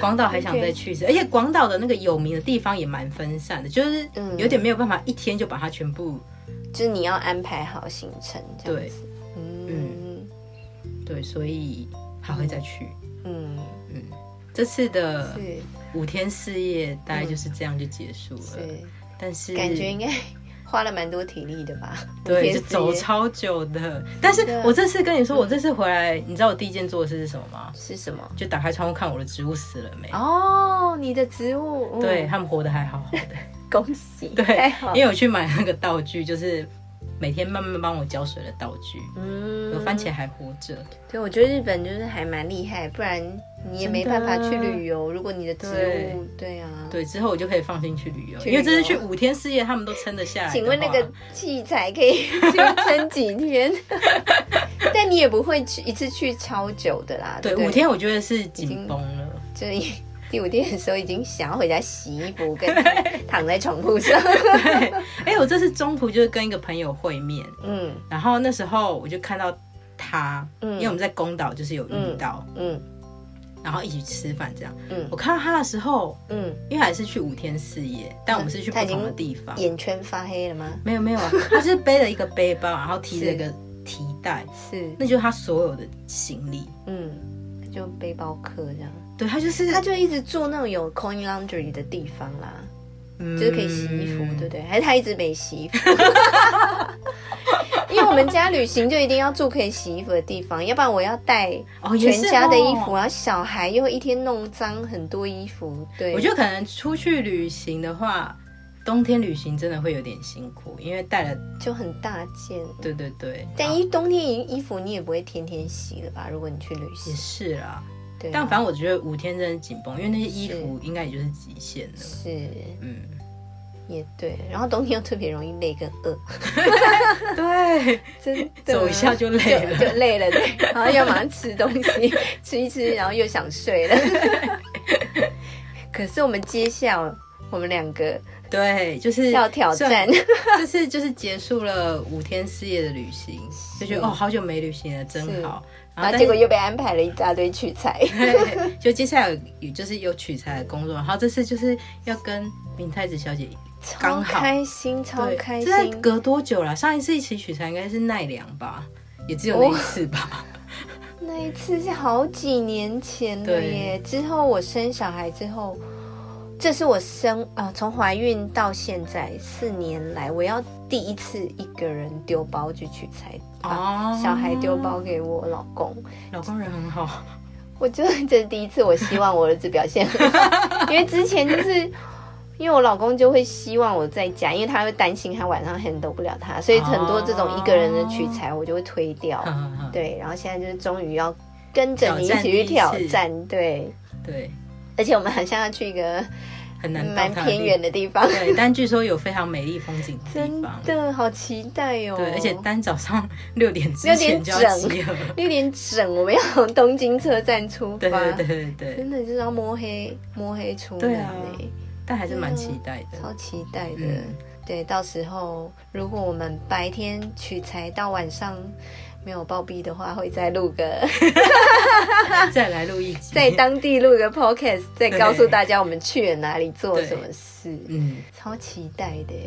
Speaker 1: 广岛还想再去一次，而且广岛的那个有名的地方也蛮分散的，就是
Speaker 2: 嗯
Speaker 1: 有点没有办法一天就把它全部
Speaker 2: 就是你要安排好行程这样
Speaker 1: 对
Speaker 2: 子。嗯
Speaker 1: 对，所以还会再去。
Speaker 2: 嗯，
Speaker 1: 嗯，这次的
Speaker 2: 是
Speaker 1: 五天四夜大概就是这样就结束了，
Speaker 2: 嗯是，
Speaker 1: 但是
Speaker 2: 感觉应该花了蛮多体力的吧？五
Speaker 1: 对
Speaker 2: 天
Speaker 1: 就
Speaker 2: 四
Speaker 1: 走
Speaker 2: 夜
Speaker 1: 超久的。但是
Speaker 2: 的
Speaker 1: 我这次跟你说，我这次回来，你知道我第一件做的事是什么吗？
Speaker 2: 是什么？
Speaker 1: 就打开窗户看我的植物死了没。
Speaker 2: 哦，你的植物，嗯
Speaker 1: 对，他们活得还好好 的，
Speaker 2: 恭喜，太
Speaker 1: 对
Speaker 2: 好，
Speaker 1: 因为我去买那个道具，就是每天慢慢帮我浇水的道具，有
Speaker 2: 嗯
Speaker 1: 番茄还活着，
Speaker 2: 对，我觉得日本就是还蛮厉害，不然你也没办法去
Speaker 1: 真的
Speaker 2: 旅游。如果你的植
Speaker 1: 对
Speaker 2: 物，对啊，
Speaker 1: 对，之后我就可以放心去旅游，
Speaker 2: 去
Speaker 1: 因为这次
Speaker 2: 旅
Speaker 1: 去
Speaker 2: 游
Speaker 1: 五天四夜，他们都撑得下来的话。
Speaker 2: 请问那个器材可以 去撑几天？ 但你也不会去一次去超久的啦。
Speaker 1: 对
Speaker 2: 不
Speaker 1: 五，天，我觉得是紧
Speaker 2: 经
Speaker 1: 绷了。
Speaker 2: 就是第五天的时候已经想要回家洗衣服， 跟躺在床铺上。
Speaker 1: 对， 哎、我这次中途就是跟一个朋友会面，
Speaker 2: 嗯
Speaker 1: 然后那时候我就看到他，
Speaker 2: 嗯
Speaker 1: 因为我们在宫岛就是有遇到，
Speaker 2: 嗯
Speaker 1: 然后一起吃饭这样。
Speaker 2: 嗯
Speaker 1: 我看到他的时候，
Speaker 2: 嗯，
Speaker 1: 因为还是去五天四夜，但我们是去不同的地方。
Speaker 2: 眼圈发黑了吗？
Speaker 1: 没有没有 啊，他就是背了一个背包，然后提着
Speaker 2: 是
Speaker 1: 一个提袋，
Speaker 2: 是，
Speaker 1: 那就是他所有的行李。
Speaker 2: 嗯，就背包客这样。
Speaker 1: 对他就是
Speaker 2: 他就一直住那种有 coin laundry 的地方啦，
Speaker 1: 就
Speaker 2: 就是可以洗衣服，
Speaker 1: 嗯
Speaker 2: 对不对？还是他一直没洗衣服？ 因为我们家旅行就一定要住可以洗衣服的地方，要不然我要带
Speaker 1: 哦，也
Speaker 2: 全
Speaker 1: 是
Speaker 2: 家的衣
Speaker 1: 哦
Speaker 2: 服，然后小孩又一天弄脏很多衣服，对，
Speaker 1: 我觉得可能出去旅行的话，冬天旅行真的会有点辛苦，因为带了，
Speaker 2: 就很大件。
Speaker 1: 对对对，
Speaker 2: 但
Speaker 1: 啊
Speaker 2: 衣冬天衣衣服你也不会天天洗了吧？如果你去旅
Speaker 1: 也
Speaker 2: 行，
Speaker 1: 是啦。
Speaker 2: 对啊、
Speaker 1: 但反正我觉得五天真的紧绷，因为那些衣服应该也就是极限了。
Speaker 2: 是
Speaker 1: 嗯，
Speaker 2: 也对。然后冬天又特别容易累跟 饿，
Speaker 1: 对，
Speaker 2: 真的
Speaker 1: 走一下就累
Speaker 2: 啊就
Speaker 1: 了。
Speaker 2: 就累了，对。然后要马上吃东西， 吃一吃，然后又想 睡了。可是我们接下来我们两个
Speaker 1: 对，就是
Speaker 2: 要挑
Speaker 1: 虽
Speaker 2: 战
Speaker 1: 然，这次就是结束了五天四夜的旅行，就觉得哦，好久没旅行了，真好。但
Speaker 2: 然后
Speaker 1: 是
Speaker 2: 结果又被安排了一大堆取材。
Speaker 1: 对，就接下来有就是有取材的工作，然后这次就是要跟明太子小姐
Speaker 2: 超
Speaker 1: 刚好
Speaker 2: 开心，超
Speaker 1: 对，
Speaker 2: 开
Speaker 1: 这在
Speaker 2: 心。
Speaker 1: 隔多久啦？上一次一起取材应该是奈良吧，也只
Speaker 2: 哦
Speaker 1: 有那一次吧。
Speaker 2: 那一次是好几年前了
Speaker 1: 对
Speaker 2: 耶。之后我生小孩之后，这是我生啊，从、怀孕到现在四年来，我要第一次一个人丢包去取材，把
Speaker 1: 哦
Speaker 2: 小孩丢，包给我老公。
Speaker 1: 老公人很好，
Speaker 2: 我觉得 这是第一次，我希望我儿子表现很好，因 为之前就是。因为我老公就会希望我在家，因为他会担心他晚上 handle 不了他，所以很多这种一个人的取材我就会推掉。
Speaker 1: 哦
Speaker 2: 对，然后现在就是终于要跟着你一起去挑
Speaker 1: 挑战
Speaker 2: 战，对，
Speaker 1: 对，
Speaker 2: 而且我们好像要去一个嗯
Speaker 1: 很难
Speaker 2: 蛮偏远
Speaker 1: 的
Speaker 2: 的地方
Speaker 1: 地，方。对，但据说有非常美丽风景的地
Speaker 2: 真
Speaker 1: 方。
Speaker 2: 的好期待哦！
Speaker 1: 对，而且单早上六点之
Speaker 2: 六
Speaker 1: 前
Speaker 2: 点
Speaker 1: 就要
Speaker 2: 整
Speaker 1: 集合。
Speaker 2: 六点整我们要从东京车站出
Speaker 1: 对
Speaker 2: 发，
Speaker 1: 对对对对，
Speaker 2: 真的就是要摸黑摸黑出门欸
Speaker 1: 对
Speaker 2: 呢、
Speaker 1: 啊但还是蛮期待的。
Speaker 2: 超期待的。
Speaker 1: 嗯
Speaker 2: 对，到时候如果我们白天取材到晚上。没有暴毙的话，会再录 个，
Speaker 1: 再来录一集。
Speaker 2: 在当地录个 podcast，再告诉
Speaker 1: 对
Speaker 2: 大家我们去了哪里，做了什么
Speaker 1: 对
Speaker 2: 事，
Speaker 1: 嗯，
Speaker 2: 超期待的耶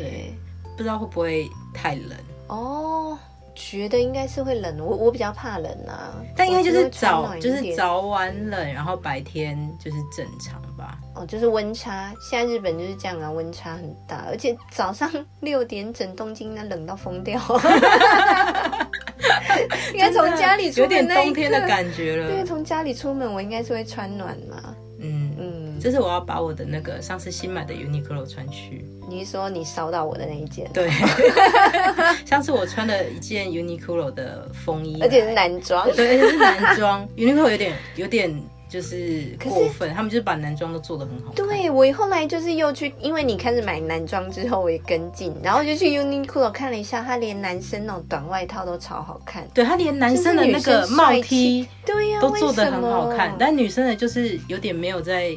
Speaker 1: 对！不知道会不会太冷，
Speaker 2: 哦，觉得应该是会冷，我我比较怕冷啊，
Speaker 1: 但应该就
Speaker 2: 我
Speaker 1: 是
Speaker 2: 觉得会穿
Speaker 1: 早
Speaker 2: 暖一
Speaker 1: 就
Speaker 2: 点
Speaker 1: 是早晚冷，然后白天就是正常吧。
Speaker 2: 哦，就是温差，现在日本就是这样啊，温差很大，而且早上 六点整东京那冷到疯掉，应该从家里出
Speaker 1: 有
Speaker 2: 门
Speaker 1: 点
Speaker 2: 那一
Speaker 1: 冬
Speaker 2: 刻
Speaker 1: 天的感觉
Speaker 2: 对，
Speaker 1: 了。
Speaker 2: 从家里出门我应该是会穿暖嘛，
Speaker 1: 嗯，
Speaker 2: 嗯，
Speaker 1: 这是我要把我的那个上次新买的 Uniqlo 穿去。
Speaker 2: 你是说你烧到我的那一件，
Speaker 1: 对，上次我穿了一件 Uniqlo 的风衣来，
Speaker 2: 而且是男装，
Speaker 1: 对，而且是男装，Uniqlo 有点有点就是过分，他们就是把男装都做得很好看。
Speaker 2: 对我后来就是又去，因为你开始买男装之后，我也跟进，然后就去 Uniqlo 看了一下，它连男生那种短外套都超好看。
Speaker 1: 对他连男生的那
Speaker 2: 就是女
Speaker 1: 个
Speaker 2: 生
Speaker 1: 帽
Speaker 2: 帅
Speaker 1: 梯
Speaker 2: 气对呀、
Speaker 1: 都做得
Speaker 2: 为什
Speaker 1: 很
Speaker 2: 么
Speaker 1: 好看，但女生的就是有点没有在，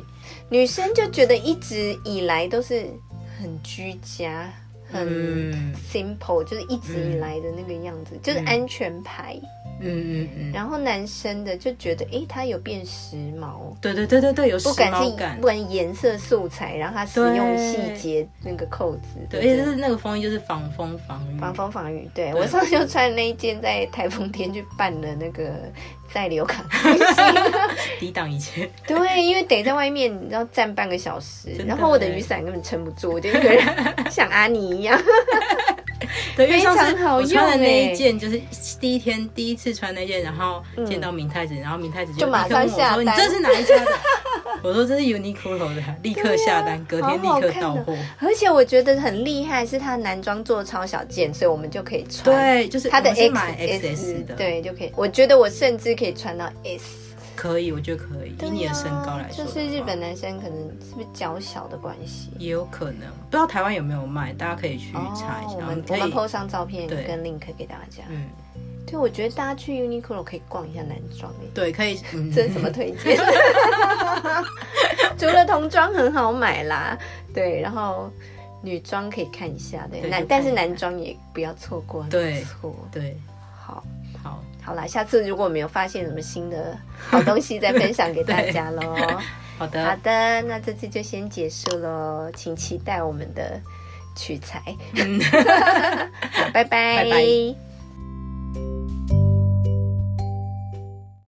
Speaker 2: 女生就觉得一直以来都是很居家，很
Speaker 1: 嗯
Speaker 2: simple，、就是一直以来的那个样子，就是安全牌。
Speaker 1: 嗯嗯嗯，
Speaker 2: 然后男生的就觉得，诶，它有变时髦，
Speaker 1: 对对对对对，有时
Speaker 2: 不管是
Speaker 1: 髦感
Speaker 2: 不。管颜色、素材，然后它使用细节那个扣子，
Speaker 1: 对，而
Speaker 2: 不
Speaker 1: 且就是那个风衣就是防风防雨，
Speaker 2: 防风防雨。对我上次就穿那一件，在台风天去办了那个在流 卡中心。
Speaker 1: 抵挡一切。
Speaker 2: 对，因为得在外面，你知道站半个小时，
Speaker 1: 真的
Speaker 2: 然后我的
Speaker 1: 欸
Speaker 2: 雨伞根本撑不住，我就一个人像阿尼 一样。
Speaker 1: 对，因为上次
Speaker 2: 非常好
Speaker 1: 我穿的
Speaker 2: 用
Speaker 1: 那
Speaker 2: 欸嗯
Speaker 1: 一件，就是第一天第一次穿那件，然后见到明太子，然后明太子
Speaker 2: 就
Speaker 1: 立
Speaker 2: 马
Speaker 1: 刻问
Speaker 2: 上
Speaker 1: 我
Speaker 2: 下
Speaker 1: 说：“你
Speaker 2: 单
Speaker 1: 这是哪一家的？” 我说：“这是 Uniqlo 的，立刻下单，隔天立
Speaker 2: 啊好好
Speaker 1: 刻
Speaker 2: 看
Speaker 1: 到
Speaker 2: 哦
Speaker 1: 货。
Speaker 2: 而且我觉得很厉害，是它男装做超小件，所以我们就可以”穿。，
Speaker 1: 对，就是
Speaker 2: 它的
Speaker 1: 我是
Speaker 2: X
Speaker 1: 买
Speaker 2: S
Speaker 1: XS 的，，
Speaker 2: 对，就可以。我觉得我甚至可以穿到 S。
Speaker 1: 可以，我觉得可以，以你的身高来说
Speaker 2: 啊就
Speaker 1: 的话，
Speaker 2: 是日本男生可能是不是脚小的关系？
Speaker 1: 也有可能，不知道台湾有没有卖，大家可以去查一
Speaker 2: 哦我
Speaker 1: 下，
Speaker 2: 们
Speaker 1: 可
Speaker 2: 我们
Speaker 1: 以，
Speaker 2: po 上照片
Speaker 1: 对
Speaker 2: 跟 link 给大家。
Speaker 1: 嗯，
Speaker 2: 对，我觉得大家去 Uniqlo 可以逛一下男装欸诶。
Speaker 1: 对，可以，嗯
Speaker 2: 这是什么推荐？ 除了童装很好买啦，对，然后女装可以看一下，对，
Speaker 1: 对
Speaker 2: 男
Speaker 1: 就看一下
Speaker 2: 但是男装也不要错过，很
Speaker 1: 对
Speaker 2: 不错，
Speaker 1: 对，
Speaker 2: 好，
Speaker 1: 好，
Speaker 2: 好啦，下次如果没有发现什么新的好东西，再分享给大家喽。
Speaker 1: 好
Speaker 2: 好
Speaker 1: 的，
Speaker 2: 的，那这次就先结束喽，请期待我们的取材。
Speaker 1: 嗯。
Speaker 2: 好拜拜
Speaker 1: 拜拜